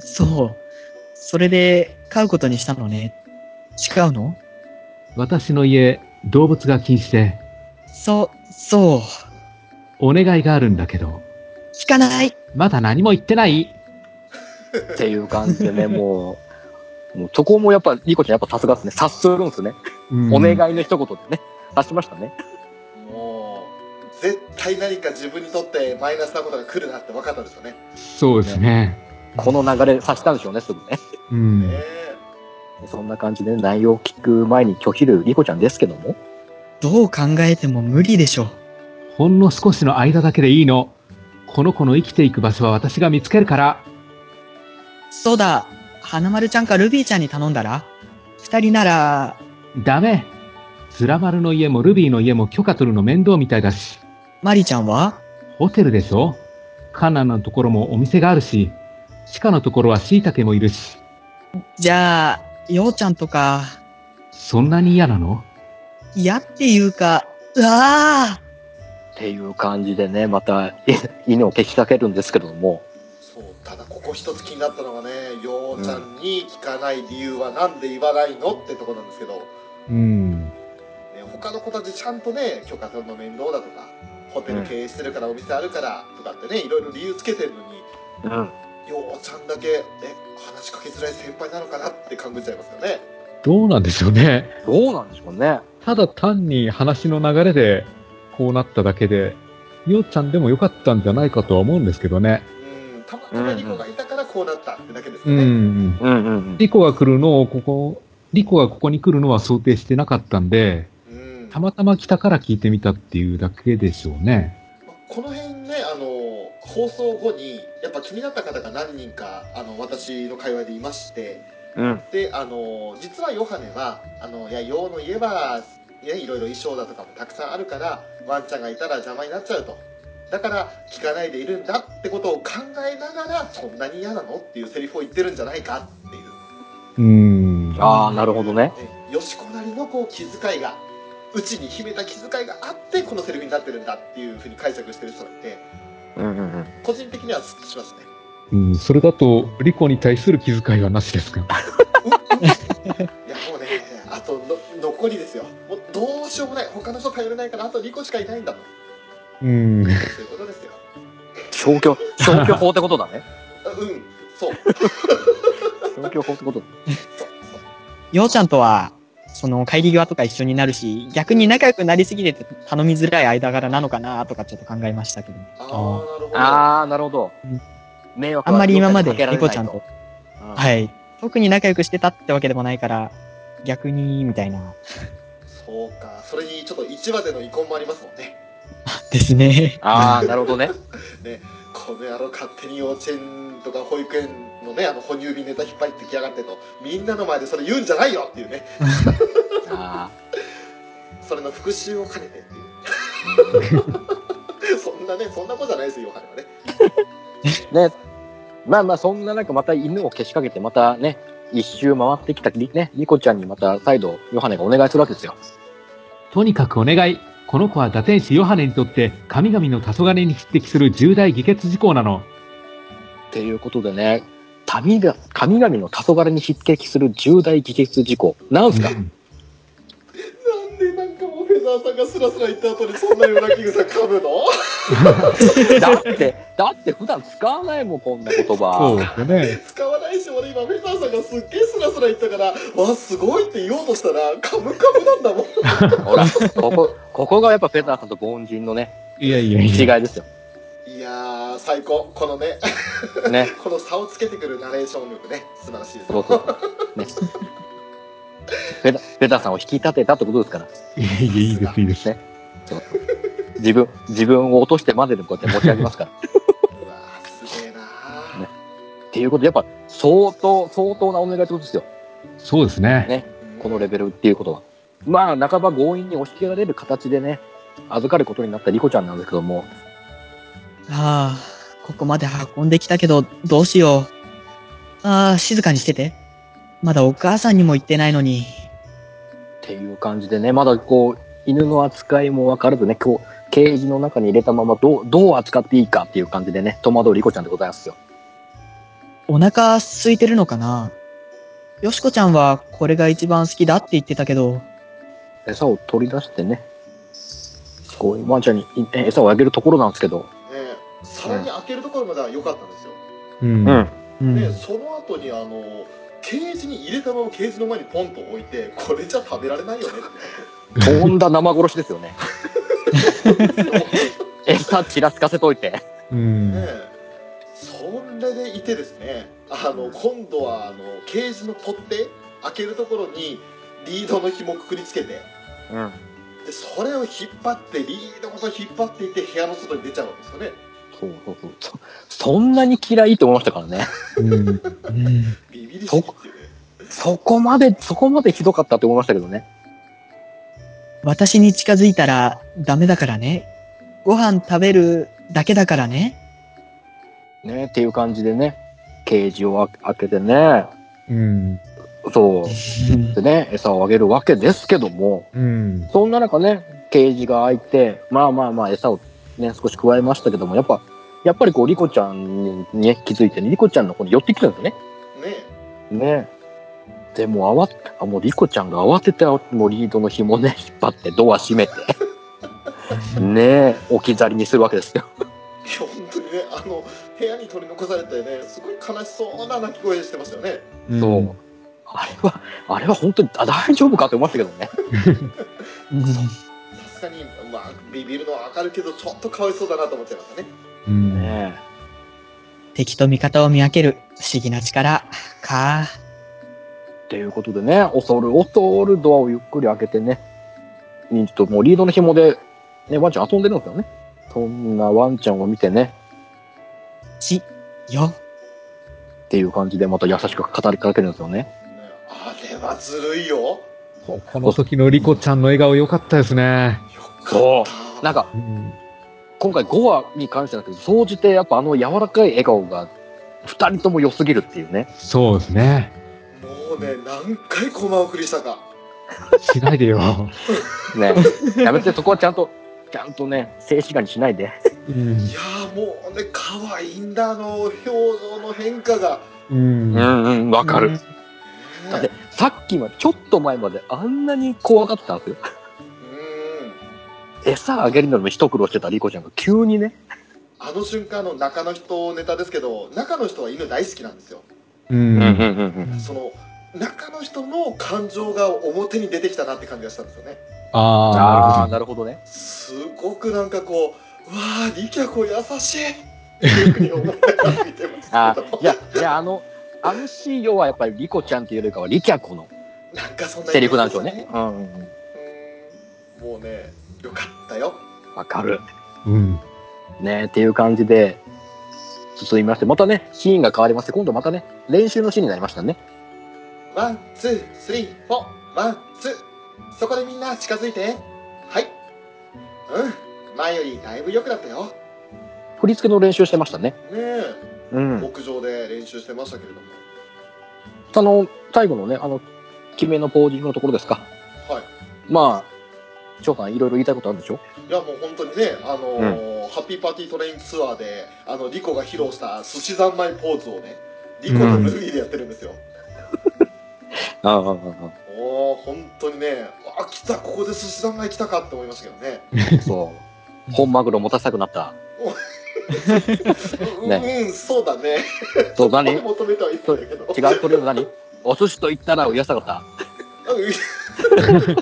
Speaker 7: そう。それで、飼うことにしたのね。違うの
Speaker 4: 私の家、動物が禁止で、
Speaker 7: そう、そう。
Speaker 4: お願いがあるんだけど、
Speaker 7: 聞かない。
Speaker 4: まだ何も言ってない
Speaker 3: っていう感じでね、もう、もうそこもやっぱ、リコちゃんやっぱさすがですね。察するんですね。お願いの一言でね、察しましたね。
Speaker 2: もう絶対何か自分にとってマイナスなことが来るなって分かったんでしょうね
Speaker 4: そうですね。
Speaker 3: この流れ察したんでしょうね、すぐね。
Speaker 4: うん。
Speaker 2: ねえ
Speaker 3: そんな感じで内容を聞く前に拒否るリコちゃんですけども。
Speaker 7: どう考えても無理でしょ。
Speaker 4: ほんの少しの間だけでいいの。この子の生きていく場所は私が見つけるから。
Speaker 7: そうだ。花丸ちゃんかルビーちゃんに頼んだら二人なら、
Speaker 4: ダメ。ズラ丸の家もルビーの家も許可取るの面倒みたいだし、
Speaker 7: マリちゃんは
Speaker 4: ホテルでしょカナンのところもお店があるし、地下のところは椎茸もいるし、
Speaker 7: じゃあ、ようちゃんとか、
Speaker 4: そんなに嫌なの
Speaker 7: 嫌っていうか、うわあ
Speaker 3: っていう感じでね、またえ 犬を蹴きかけるんですけども。
Speaker 2: そうただここ一つ気になったのがねようちゃんに聞かない理由はなんで言わないのってとこなんですけど、ね、
Speaker 4: うん。
Speaker 2: 他の子たちちゃんとね許可取るの面倒だとかホテル経営してるからお店あるからとかってねいろいろ理由つけてるのに
Speaker 3: うん。
Speaker 2: ようちゃんだけえ話しかけづらい先輩なのかなって勘ぐっちゃいますよね
Speaker 4: どうなんでしょうね。
Speaker 3: どうなんでしょうね。
Speaker 4: ただ単に話の流れでこうなっただけで、ようちゃんでもよかったんじゃないかとは思うんですけどね。
Speaker 2: うんたまたまリコがいたからこうなったってだけです
Speaker 4: う
Speaker 2: よね、
Speaker 4: ん。
Speaker 3: うんうんうん。
Speaker 4: リコが来るのをここ、リコがここに来るのは想定してなかったんで、
Speaker 2: うん
Speaker 4: たまたま来たから聞いてみたっていうだけでしょうね。
Speaker 2: まあこの辺ねあの放送後にやっぱ気になった方が何人かあの私の界隈でいまして、
Speaker 3: うん
Speaker 2: であの実はヨハネはあのいや用の家は、ね、いろいろ衣装だとかもたくさんあるからワンちゃんがいたら邪魔になっちゃうとだから聞かないでいるんだってことを考えながらそんなに嫌なのっていうセリフを言ってるんじゃないかっていう
Speaker 4: うーん。
Speaker 3: ああ、なるほどね。
Speaker 2: えよしこなりのこう気遣いがうちに秘めた気遣いがあってこのセリフになってるんだっていうふうに解釈してる人がいて
Speaker 3: うんうんうん。
Speaker 2: 個人的にはスッとしますね
Speaker 4: うん、それだと、リコに対する気遣いはなしですか
Speaker 2: いやもうねあとの残りですよもうどうしようもない他の人頼れないからあと2個しかいないんだもん
Speaker 4: うん。
Speaker 2: そういうことですよ
Speaker 3: 消去、消去法ってことだね。
Speaker 2: あうんそう
Speaker 3: 消去法ってこと
Speaker 7: ようちゃんとは、その帰り際とか一緒になるし、逆に仲良くなりすぎてて頼みづらい間柄なのかなとかちょっと考えましたけど。
Speaker 2: ああ
Speaker 4: あ
Speaker 2: なるほど
Speaker 3: ああ、なるほど
Speaker 7: うん。
Speaker 3: 迷惑
Speaker 7: あ
Speaker 3: は
Speaker 7: んまり今まで
Speaker 3: かけられ
Speaker 7: リ
Speaker 3: ない
Speaker 7: コちゃんと。、
Speaker 3: うん
Speaker 7: はい。特に仲良くしてたってわけでもないから、逆に、みたい な。
Speaker 2: そうかそれにちょっと1話での遺恨もありますもんね
Speaker 7: ですね。
Speaker 3: ああ、なるほどね。
Speaker 2: この野郎勝手に幼稚園とか保育園のねあの哺乳瓶ネタ引っ張ってきやがってとみんなの前でそれ言うんじゃないよっていうね
Speaker 3: あ
Speaker 2: それの復讐を兼ねてっていう
Speaker 3: あ。
Speaker 2: そんなねそんなことじゃないですよヨハネはね
Speaker 3: ね、まあまあ、そんな中、また犬をけしかけて、またね、一周回ってきたり、ね、リコちゃんにまた再度、ヨハネがお願いするわけですよ。
Speaker 4: とにかくお願い。この子は打天使ヨハネにとって神々の黄昏に匹敵する重大議決事項なの。
Speaker 3: っていうことでね、神が、神々の黄昏に匹敵する重大議決事項。なん すか
Speaker 2: なんでなんかもうフェザーさんがスラスラ言った後にそんな夜泣き草噛むの
Speaker 3: だって、だって普段使わないもん、こんな言葉。
Speaker 4: ですね。
Speaker 2: 使わないし俺今フェザーさんがすっげえスラスラ言ったからわあすごいって言おうとしたら噛む噛むなんだもん
Speaker 3: ほら、ここ、ここがやっぱフェザーさんと凡人のね、
Speaker 4: いやいや
Speaker 3: 違い
Speaker 4: いや。
Speaker 3: ですよ。
Speaker 2: いやー最高このね
Speaker 3: ね。
Speaker 2: この差をつけてくるナレーション力ね素晴らしいです
Speaker 3: そうそう。ね。フェザフェザーさんを引き立てたってことですから。
Speaker 4: いやいや、いいです、いいです。
Speaker 3: 自分、自分を落としてまででもこうやって持ち上げます から。
Speaker 2: うわーすげえなー、
Speaker 3: ねっていうことで、やっぱ相当、相当なお願いってことですよ。
Speaker 4: そうですね。
Speaker 3: ね。このレベルっていうことは。まあ、半ば強引に押し切られる形でね、預かることになったリコちゃんなんですけども、
Speaker 7: ああ、ここまで運んできたけど、どうしよう。ああ、静かにしてて。まだお母さんにも言ってないのに。
Speaker 3: っていう感じでね、まだこう、犬の扱いも分からずね、こう、ケージの中に入れたままどう、どう扱っていいかっていう感じでね、戸惑うリコちゃんでございますよ。
Speaker 7: お腹空いてるのかなよしこちゃんはこれが一番好きだって言ってたけど、
Speaker 3: 餌を取り出してね、こう、ワンちゃんにいえ餌をあげるところなんですけど、
Speaker 2: ね皿に開けるところまでは良かったんですよ、
Speaker 4: うん
Speaker 3: うん。
Speaker 7: うん
Speaker 2: でその後にあのケージに入れたままケージの前にポンと置いてこれじゃ食べられないよね
Speaker 3: とんだ生殺しですよ ね。餌ちらつかせといて。
Speaker 4: う
Speaker 2: ってね
Speaker 4: ん。
Speaker 2: それでいてですねあの今度はあのケージの取っ手開けるところにリードの紐をくくりつけて
Speaker 3: うん。
Speaker 2: でそれを引っ張ってリードごと引っ張っていって部屋の外に出ちゃうわけですよね
Speaker 3: そうそうそう。そそんなに嫌いって思いましたからね。
Speaker 4: うん。
Speaker 2: ビビりすぎっていうね
Speaker 3: そこまで、そこまでひどかったって思いましたけどね。
Speaker 7: 私に近づいたらダメだからね。ご飯食べるだけだからね。
Speaker 3: ねっていう感じでね、ケージを開けてね、
Speaker 4: うん。
Speaker 3: そう。で ね、餌をあげるわけですけども、
Speaker 4: うん。
Speaker 3: そんな中ね、ケージが開いて、まあまあまあ餌をね、少し加えましたけども、やっぱ、やっぱりこう、リコちゃんにね、気づいてね、リコちゃんの方に寄ってきたんですよね。
Speaker 2: ね
Speaker 3: ねでも慌てあもうリコちゃんが慌ててあもうリードの紐ね引っ張ってドア閉め てねえ置き去りにするわけですよ
Speaker 2: いや本当にねあの部屋に取り残されてねすごい悲しそうな鳴き声してましたよね
Speaker 3: そうあれはあれは本当にあ大丈夫かって思いましたけどね
Speaker 2: さすがにまあビビるのはわかるけどちょっとかわいそうだなと思っちゃいましたね
Speaker 4: うん。
Speaker 3: ねえ
Speaker 7: 敵と味方を見分ける不思議な力か。
Speaker 3: っていうことでね恐る恐るドアをゆっくり開けてね忍者ともうリードの紐で、ね、ワンちゃん遊んでるんですよねそんなワンちゃんを見てね
Speaker 7: ち、よ。
Speaker 3: っていう感じでまた優しく語りかけるんですよね
Speaker 2: ねあれはずるいよよ
Speaker 4: この時のリコちゃんの笑顔良かったですね。
Speaker 2: かっ
Speaker 3: な
Speaker 2: た
Speaker 3: んか
Speaker 4: うん。
Speaker 3: 今回5話に関してなんですけど、総じてやっぱあの柔らかい笑顔が2人とも良すぎるっていうね。
Speaker 4: そうですね。
Speaker 2: もうね何回コマ送りしたか
Speaker 4: しないでよ。
Speaker 3: ね。やめて、そこはちゃんと、ちゃんとね、静止画にしないで。
Speaker 4: うん
Speaker 2: い。やーもうね可愛いんだあの表情の変化が、
Speaker 4: うん。
Speaker 3: んうん、わかる。
Speaker 2: ね
Speaker 3: だって、さっきまで、ちょっと前まであんなに怖がってたんですよ。
Speaker 2: うん
Speaker 3: 餌あげるのにも一苦労してたリコちゃんが急にね。
Speaker 2: あの瞬間の中の人ネタですけど中の人は犬大好きなんですよ
Speaker 4: うん。
Speaker 3: ん
Speaker 2: その中の人の感情が表に出てきたなって感じがしたんですよね
Speaker 3: ああ、
Speaker 4: ああ、な
Speaker 3: な
Speaker 4: る
Speaker 3: るほどね。
Speaker 2: すごくなんかこううわーリキャコ優しいっていうふうに思い ながら見てました
Speaker 3: あ
Speaker 2: けど
Speaker 3: じゃあ、じゃああの、あのシーンはやっぱりリコちゃんっていうよりかはリキャコの
Speaker 2: なんかそんな
Speaker 3: セリフなん
Speaker 2: イ
Speaker 3: でしょう
Speaker 2: メージ
Speaker 3: ね。うんうん
Speaker 2: うんもうねよかったよ
Speaker 3: うん。わかる。
Speaker 4: ほど。うん。
Speaker 3: ねっていう感じで進みましてまたねシーンが変わりまして今度またね練習のシーンになりましたね
Speaker 2: ワンツースリーフォーワンツーそこでみんな近づいてはいうん前よりだいぶ良くなったよね
Speaker 3: 振り付けの練習してましたね
Speaker 2: え
Speaker 3: うん。
Speaker 2: 屋上で練習してましたけれども、
Speaker 3: あの、最後のね、あの、決めのポージングのところですか。
Speaker 2: はい。
Speaker 3: まあ、翔さん、いろいろ言いたいことあるんでしょ
Speaker 2: いやもう本当にね、あのーハッピーパーティートレインツアーで、あの、リコが披露した寿司三昧ポーズをね、リコとルイでやってるんですよ。
Speaker 3: ああ、あ
Speaker 2: おお本当にね、あ、来た、ここで寿司三昧来たかって思いましたけど ね。
Speaker 3: あ、そう。本マグロ持たせたくなった。
Speaker 2: うん、
Speaker 3: ね
Speaker 2: うん、そうだね。
Speaker 3: そう、何違 う、
Speaker 2: 求めてはいいんだけど。
Speaker 3: それの何お寿司と言ったら、癒したかった。
Speaker 2: うん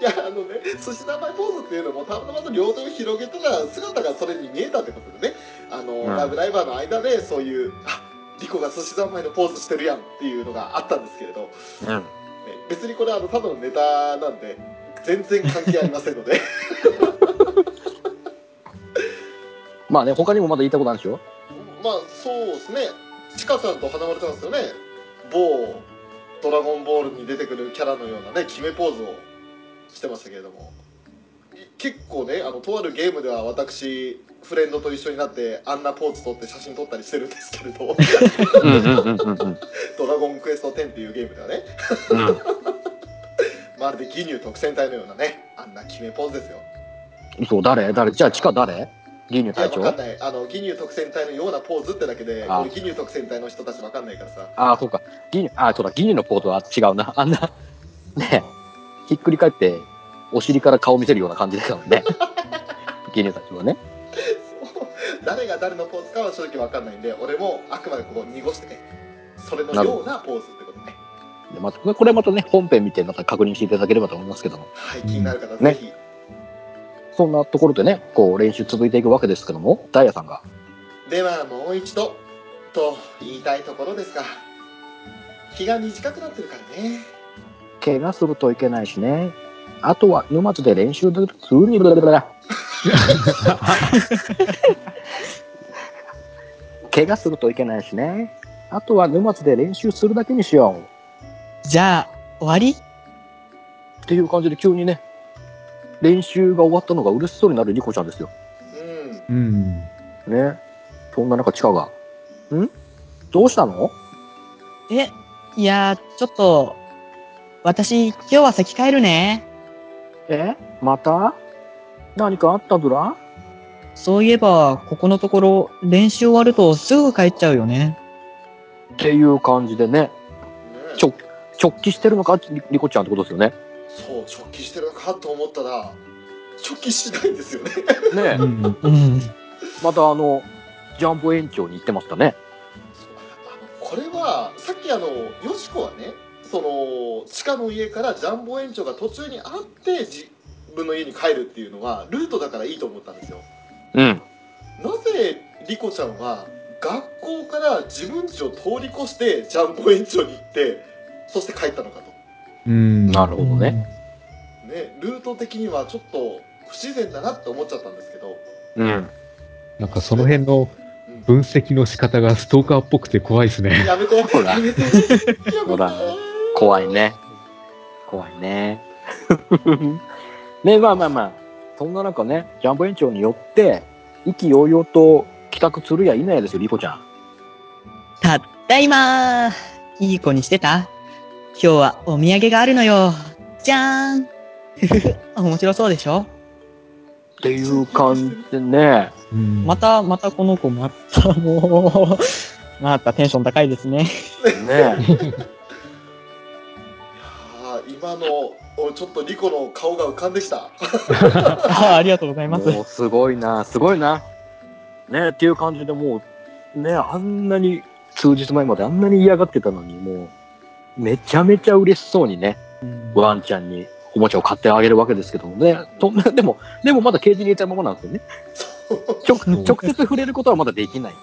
Speaker 2: いやあのね寿司名前ポーズっていうのもたまたま両手を広げたら姿がそれに見えたってことでねあの、
Speaker 3: ん
Speaker 2: ラブライバーの間でそういうあリコが寿司三昧のポーズしてるやんっていうのがあったんですけれど、ね
Speaker 3: うん。
Speaker 2: 別にこれあのただのネタなんで全然関係ありませんので
Speaker 3: まあね、他にもまだ言いたいことあるんでしょ
Speaker 2: まあそうですねちかちゃんと花丸ちゃんですよね某「ドラゴンボール」に出てくるキャラのようなね決めポーズをしてましたけれどもい結構ねあのとあるゲームでは私フレンドと一緒になってあんなポーズ撮って写真撮ったりしてるんですけれど「
Speaker 3: うんうんうんうんうん。
Speaker 2: ドラゴンクエスト10」っていうゲームではね
Speaker 3: うん
Speaker 2: まるで義乳特選隊のようなねあんな決めポーズですよ
Speaker 3: そう、誰誰じゃあ、地下誰牛乳
Speaker 2: いや
Speaker 3: 隊
Speaker 2: わ
Speaker 3: 長
Speaker 2: かんないあの義乳特選隊のようなポーズってだけで
Speaker 3: あ
Speaker 2: 俺義乳特選隊の人たちわかんないからさ
Speaker 3: ああ、そうか。銀、ああ、そうだ、銀のポーズは違うな。あんな、ねえ、ひっくり返って、お尻から顔見せるような感じだから ね。銀たちはね。
Speaker 2: 誰が誰のポーズかは正直わかんないんで俺もあくまでここ濁してねそれのようなポーズってことね
Speaker 3: でまた、これまたね、本編見て、また確認していただければと思いますけども。
Speaker 2: はい気になる方は
Speaker 3: ね
Speaker 2: ぜひ、
Speaker 3: そんなところでね、こう、練習続いていくわけですけども、ダイヤさんが。
Speaker 2: ではもう一度と言いたいところですが日が短くなってるからね
Speaker 3: 怪我するといけないしね。あとは、沼津で練習するに、怪我するといけないしね。あとは、沼津で練習するだけにしよう。
Speaker 7: じゃあ、終わり
Speaker 3: っていう感じで急にね練習が終わったのが嬉しそうになるリコちゃんですよ
Speaker 2: うん
Speaker 4: うん。
Speaker 3: ねそんな中チカが「んどうしたの
Speaker 7: え、いやー、ちょっと、私、今日は先帰るね。
Speaker 3: えまた何かあったずら
Speaker 7: そういえば、ここのところ、練習終わるとすぐ帰っちゃうよね。
Speaker 3: っていう感じでね
Speaker 2: ね
Speaker 3: ちょ直帰してるのかリリコちゃんってことですよね
Speaker 2: そう直帰してるのかと思ったら直帰しないんですよね
Speaker 3: ね
Speaker 4: うん
Speaker 7: うん。
Speaker 3: またあのジャンボ延長に行ってましたね
Speaker 2: そうあのこれはさっきあのよしこはねその地下の家からジャンボ園長が途中に会って自分の家に帰るっていうのはルートだからいいと思ったんですよ
Speaker 3: うん
Speaker 2: なぜリコちゃんは学校から自分家を通り越してジャンボ園長に行ってそして帰ったのかと
Speaker 4: うん。
Speaker 3: なるほどね
Speaker 2: ねルート的にはちょっと不自然だなって思っちゃったんですけど
Speaker 3: うん
Speaker 4: なんかその辺の分析の仕方がストーカーっぽくて怖いですね。
Speaker 2: やめてやめて
Speaker 3: ほら
Speaker 2: やめて
Speaker 3: ほら怖いね怖いね ねまあまあまあそんな中ねジャンボ延長によって意気揚々と帰宅するやいないやですよリコちゃん
Speaker 7: たったいまー。いい子にしてた今日はお土産があるのよ。じゃーん。 ふふふ、面白そうでしょ
Speaker 3: っていう感じでね
Speaker 4: うん
Speaker 7: また、またこの子、またもう、 またテンション高いです ね。
Speaker 3: ね
Speaker 2: あー今のおちょっとリコの顔が浮かんできた
Speaker 7: ああ、ありがとうございます。
Speaker 3: もうすごいなすごいなねっていう感じでもうねあんなに数日前まであんなに嫌がってたのにもうめちゃめちゃ嬉しそうにねワンちゃんにおもちゃを買ってあげるわけですけどもねと でもでもまだケージに入れたままなんですよね直直接触れることはまだできない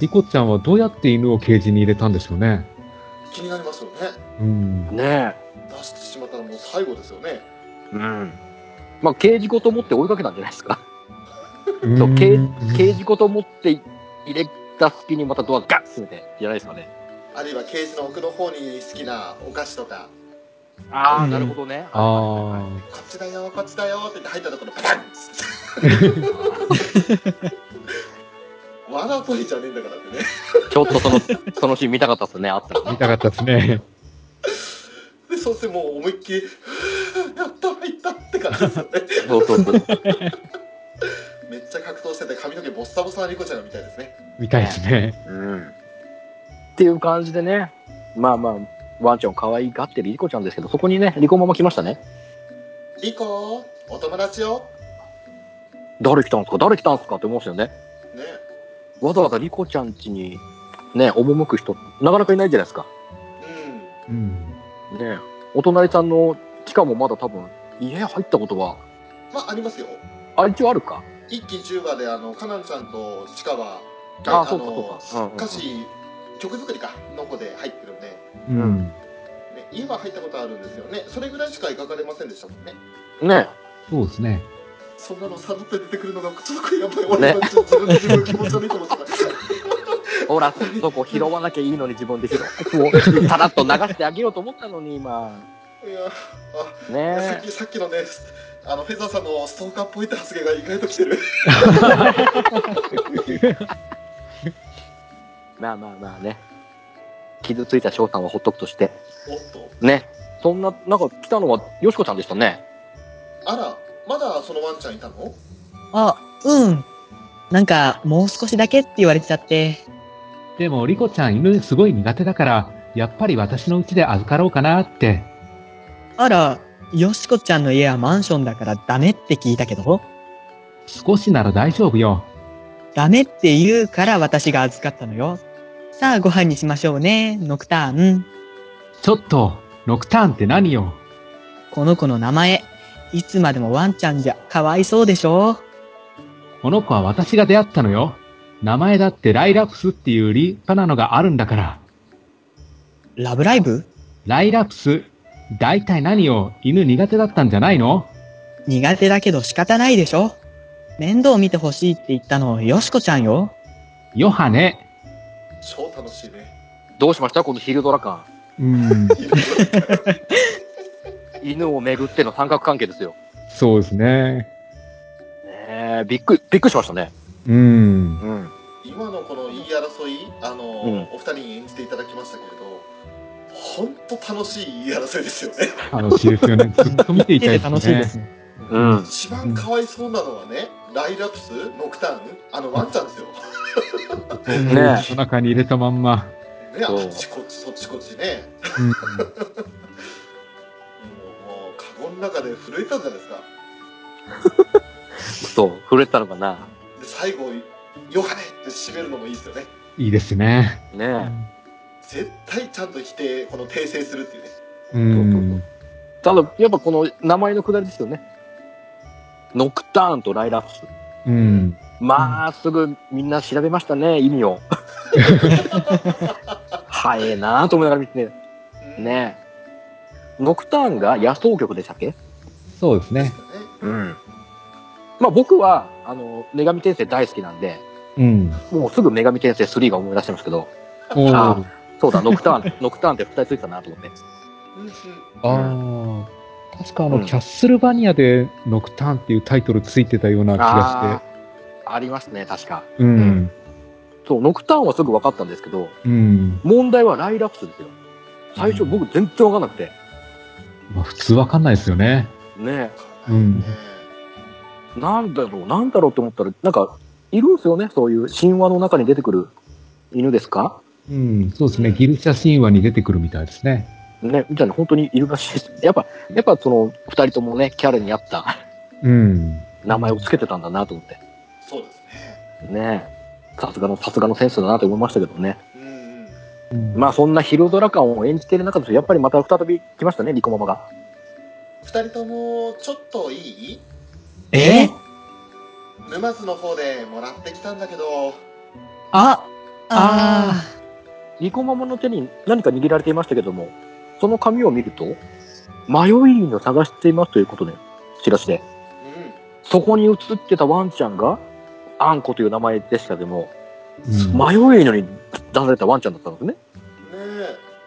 Speaker 4: リコちゃんはどうやって犬をケージに入れたんでしょうね。
Speaker 2: 気になりますよね
Speaker 4: うん。
Speaker 3: ね
Speaker 2: 出してしまったらもう最後ですよね
Speaker 3: うんまあケージごと持って追いかけたんじゃないですか
Speaker 4: う
Speaker 3: そう、
Speaker 4: ん
Speaker 3: ケーケージごと持って入れた隙にまたドアガッ閉めてじゃないですかね
Speaker 2: あるいはケージの奥の方に好きなお菓子とか
Speaker 3: あ
Speaker 7: あなる
Speaker 3: ほどね
Speaker 4: あ
Speaker 2: こっちだよこっち だよって言って入ったところパタンわマナーポインじゃねえんだからってね。
Speaker 3: ちょっとその、そのシーン見たかったっすね、あったら。
Speaker 4: 見たかったです ね。
Speaker 2: で、そしてもう思いっきり、 やった、入ったって感じですよね。
Speaker 3: そうそうそう。
Speaker 2: めっちゃ格闘してて髪の毛ボッサボサなリコちゃんみたいですね。
Speaker 4: 見たいですね。
Speaker 3: うん。っていう感じでね、まあまあ、ワンちゃんを可愛がってるリコちゃんですけど、そこにね、リコママ来ましたね。
Speaker 2: リコお友達よ。
Speaker 3: 誰来たんすか誰来たんすかって思うんですよね。
Speaker 2: ね。
Speaker 3: わざわざリコちゃん家に、ね、赴く人、なかなかいないじゃないですか。
Speaker 2: うん。
Speaker 4: うん。
Speaker 3: ねお隣さんの地下もまだ多分、家入ったことは、
Speaker 2: まあ、ありますよ。
Speaker 3: あ、一応あるか。
Speaker 2: 一期10話で、あの、カナンちゃんとシカは、
Speaker 3: あ
Speaker 2: の
Speaker 3: そうかそうかうんうんうん
Speaker 2: 歌詞、曲作りか、の子で入ってるんで、ね、
Speaker 4: うん。
Speaker 2: 家は入ったことあるんですよね。それぐらいしか描かれませんでしたもんね。
Speaker 3: ね
Speaker 4: そうですね。
Speaker 2: そんなのサドって出てくるのが、ちょっとこれやばい。俺、ちょっと自分の気持ち悪いと思ってた。
Speaker 3: ほら、そこ拾わなきゃいいのに自分で拾う。さらっと流してあげようと思ったのに、今。
Speaker 2: いや、さっ
Speaker 3: ね
Speaker 2: きさっきのね、あのフェザーさんのストーカーっぽいって発言が意外と来てる。
Speaker 3: まあまあまあね。傷ついた翔さんはほっとくとして。
Speaker 2: おっと、
Speaker 3: ね。そんな、なんか来たのは、よしこちゃんでしたね。
Speaker 2: あら、まだそのワンちゃんいたの
Speaker 7: あ、うん。なんか、もう少しだけって言われちゃって。
Speaker 4: でも、リコちゃん犬すごい苦手だから、やっぱり私の家で預かろうかなって。
Speaker 7: あら、よしこちゃんの家はマンションだからダメって聞いたけど
Speaker 4: 少しなら大丈夫よ。
Speaker 7: ダメって言うから私が預かったのよ。さあご飯にしましょうね、ノクターン。
Speaker 4: ちょっと、ノクターンって何よ。
Speaker 7: この子の名前、いつまでもワンちゃんじゃかわいそうでしょ
Speaker 4: この子は私が出会ったのよ。名前だってライラプスっていう立派なのがあるんだから。
Speaker 7: ラブライブ
Speaker 4: ライラプス、大体何を犬苦手だったんじゃないの
Speaker 7: 苦手だけど仕方ないでしょ面倒見てほしいって言ったのよしこちゃんよ。
Speaker 4: ヨハネ。
Speaker 2: 超楽しいね。
Speaker 3: どうしましたこの昼ドラ感。
Speaker 4: うん、
Speaker 3: 犬を巡っての三角関係ですよ。
Speaker 4: そうですね。
Speaker 3: ねえ、びっくり、びっくりしましたね。
Speaker 4: うん。
Speaker 3: うん。
Speaker 2: 今のこの言い争い、あの、
Speaker 3: うん
Speaker 2: お二人に演じていただきましたけれど、本当楽しい言い争いですよね。
Speaker 4: 楽しいですよ ね。ずっと見ていたいですね。
Speaker 7: 楽しいですね。
Speaker 3: うん。
Speaker 2: 一番かわいそうなのはね、ライラプス、ノクターン、あのワンちゃんですよ。
Speaker 3: ね
Speaker 4: お腹に入れたまんま。
Speaker 2: ね、
Speaker 3: そう
Speaker 2: あっちこっち、そっちこっちね。もう、もう、カゴの中で震えたんじゃないですか。
Speaker 3: そう、触れたのかな。
Speaker 2: で、最後、ヨハネって締めるのもいいですよね。
Speaker 4: いいですね。
Speaker 3: ね
Speaker 2: 絶対ちゃんと否定、この訂正するっていうね。
Speaker 4: う
Speaker 3: そうそうそ
Speaker 4: ん。
Speaker 3: え。ただ、やっぱこの名前のくだりですよね。ノクターンとライラプス。
Speaker 4: うん。
Speaker 3: まあ、すぐみんな調べましたね、意味 を。早えなぁと思いながら見てね。
Speaker 2: うん
Speaker 3: ねえ。ノクターンが野草曲でしたっけ
Speaker 4: そうですね。
Speaker 2: ね
Speaker 3: うん。まあ僕は、あの、女神転生大好きなんで、
Speaker 4: うん。
Speaker 3: もうすぐ女神転生3が思い出してますけど、
Speaker 4: おー
Speaker 3: あそうだ、ノクタ ーン、ノクターンって2人ついてたなと思って。
Speaker 2: うんうん
Speaker 4: ああ。確かあの、
Speaker 3: うん
Speaker 4: キャッスルバニアでノクターンっていうタイトルついてたような気が
Speaker 3: ああ、ありますね、確か。
Speaker 4: して。うん。
Speaker 3: そう、ノクターンはすぐ分かったんですけど、
Speaker 4: うん。
Speaker 3: 問題はライラプスですよ。最初僕全然分かんなくて。
Speaker 4: まあ普通わかんないですよね。
Speaker 3: ね
Speaker 4: うん
Speaker 2: ね
Speaker 3: え、なんだろう、なんだろうと思ったら、なんか、いるんですよね、そういう神話の中に出てくる犬ですか
Speaker 4: うん。そうですね。ギリシャ神話に出てくるみたいですね。
Speaker 3: ね、みたいな、本当にいるらしいです。やっぱ、やっぱその、二人ともね、キャラに合った
Speaker 4: うん。
Speaker 3: 名前をつけてたんだなと思って。
Speaker 2: そうですね。
Speaker 3: ねえ。さすがの、さすがのセンスだなと思いましたけどね。
Speaker 2: うんうん。
Speaker 3: まあ、そんなヒロドラ感を演じている中ですやっぱりまた再び来ましたね、リコママが。
Speaker 2: 二人ともちょっといい
Speaker 7: え
Speaker 2: 沼津の方でもらってきたんだけど
Speaker 7: あ、あ
Speaker 3: リコママの手に何か握られていましたけども、その紙を見ると、迷い犬を探していますということで、チラシで。
Speaker 2: う
Speaker 3: そこに映ってたワンちゃんが、あんこという名前でしたけども、
Speaker 4: うん
Speaker 3: 迷いのに出されたワンちゃんだったんですね。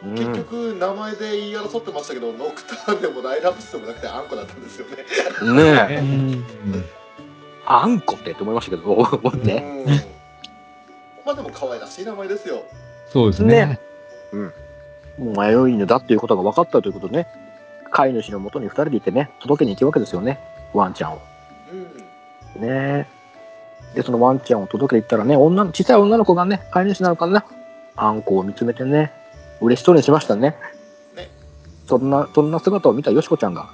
Speaker 2: んね
Speaker 3: う
Speaker 2: え
Speaker 3: ん
Speaker 2: 結局名前で言い争ってましたけど、ノクターンでもライラップスでもなくてあんこだったんですよね
Speaker 3: ねえ、
Speaker 7: ーうん
Speaker 3: あんこってって思いましたけど、僕ね。
Speaker 2: うんまあでも可愛らしい名前ですよ。
Speaker 4: そうですね。
Speaker 3: ね迷い犬だっていうことが分かったということでね、飼い主のもとに2人で行ってね、届けに行くわけですよね、ワンちゃんを。
Speaker 2: うん。
Speaker 3: ねで、そのワンちゃんを届けに行ったらね、女の、小さい女の子がね、飼い主なのかな、あんこを見つめてね、嬉しそうにしましたね。
Speaker 2: ね
Speaker 3: そんな、そんな姿を見たよしこちゃんが、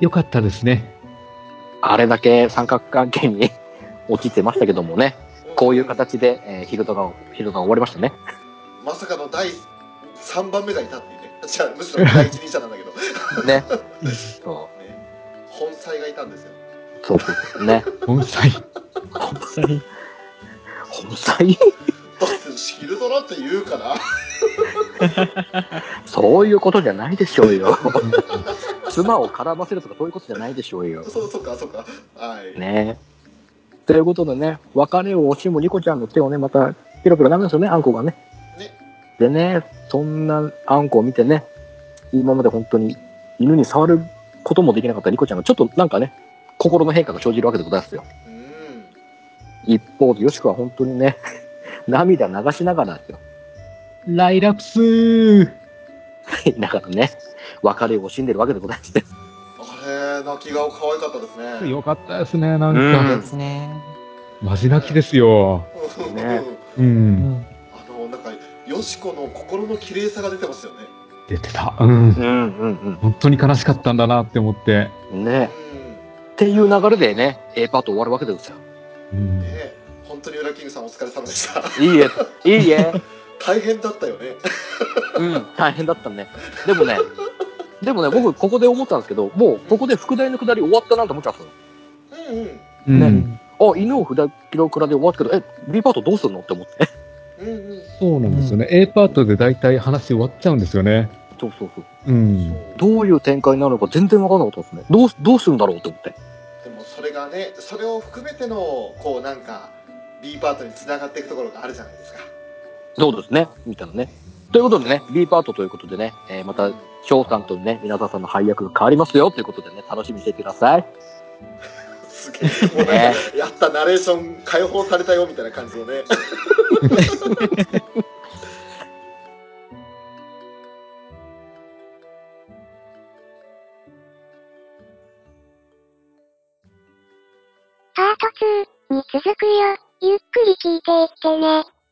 Speaker 4: よかったですね。
Speaker 3: あれだけ三角関係に 陥ってましたけどもね、こういう形で、えー、昼ドが、昼ドが終わりましたね。
Speaker 2: まさかの第3番目がいたっていうね。じゃあ、むしろ第一人者なんだけど、
Speaker 3: ね。そ
Speaker 2: 本妻がいたんですよ。
Speaker 3: う、そうそう、ね。
Speaker 4: 盆栽。
Speaker 3: 本妻
Speaker 2: だって、シルドラって言う から、
Speaker 3: そういうことじゃないでしょうよ。妻を絡ませるとかそういうことじゃないでしょうよ。
Speaker 2: そう、そっか、そっか。はい。
Speaker 3: ねということでね、別れを惜しむリコちゃんの手をね、またピロピロ舐めるんですよね、あんこがね。
Speaker 2: ね
Speaker 3: でね、そんなあんこを見てね、今まで本当に犬に触ることもできなかったリコちゃんが、ちょっとなんかね、心の変化が生じるわけでございますよ。
Speaker 2: うん。
Speaker 3: 一方で、よしこは本当にね、 涙流しながらですよ。
Speaker 4: ライラプスー。
Speaker 3: だからね、別れを惜しんでるわけでございまして。
Speaker 2: あれ、泣き顔可愛かったですね。
Speaker 4: よかったですね、なんか。
Speaker 7: ですね。
Speaker 4: マジ泣きですよ。
Speaker 2: うん
Speaker 3: ね
Speaker 5: う
Speaker 4: う。
Speaker 5: んん。
Speaker 2: あの、なんか、よしこの心の綺麗さが出てますよね。
Speaker 4: 出てた。うん。
Speaker 3: うんうん
Speaker 4: 本当に悲しかったんだなって思って。
Speaker 3: うん。ね
Speaker 2: う
Speaker 3: っていう流れでね、A パート終わるわけですよ。
Speaker 4: うん
Speaker 2: ん。ね本当にウラキングさんお疲れ様でした。
Speaker 3: いいえ、いいえ。
Speaker 2: 大変だったよね。
Speaker 3: うん、大変だったね。でもね、でもね、僕、ここで思ったんですけど、もう、ここで副題の下り終わったなと思っちゃった
Speaker 2: うんうん。
Speaker 4: う
Speaker 3: ね
Speaker 4: ん。
Speaker 3: の。あ、犬を札広くらで終わったけど、え、B パートどうするのって思って。
Speaker 2: うんうん。
Speaker 4: そうなんですよね。A パートで大体話終わっちゃうんですよね。
Speaker 3: そうそうそう。
Speaker 4: う。
Speaker 2: そうん
Speaker 3: どういう展開になるのか全然わかんなかったですね。どう、どうするんだろうって思って。
Speaker 2: でもそれがねそれを含めてのこうなんか B パートに繋がっていくところがあるじゃないですか
Speaker 3: そうですね、みたいなね。ということでね、B パートということでね、えーまた、翔さんとね、皆さんの配役が変わりますよということでね、楽しみにしててください。
Speaker 2: すげえ もうなんかやったナレーション解放されたよみたいな感じのね
Speaker 1: パート2に続くよ。ゆっくり聞いていってね。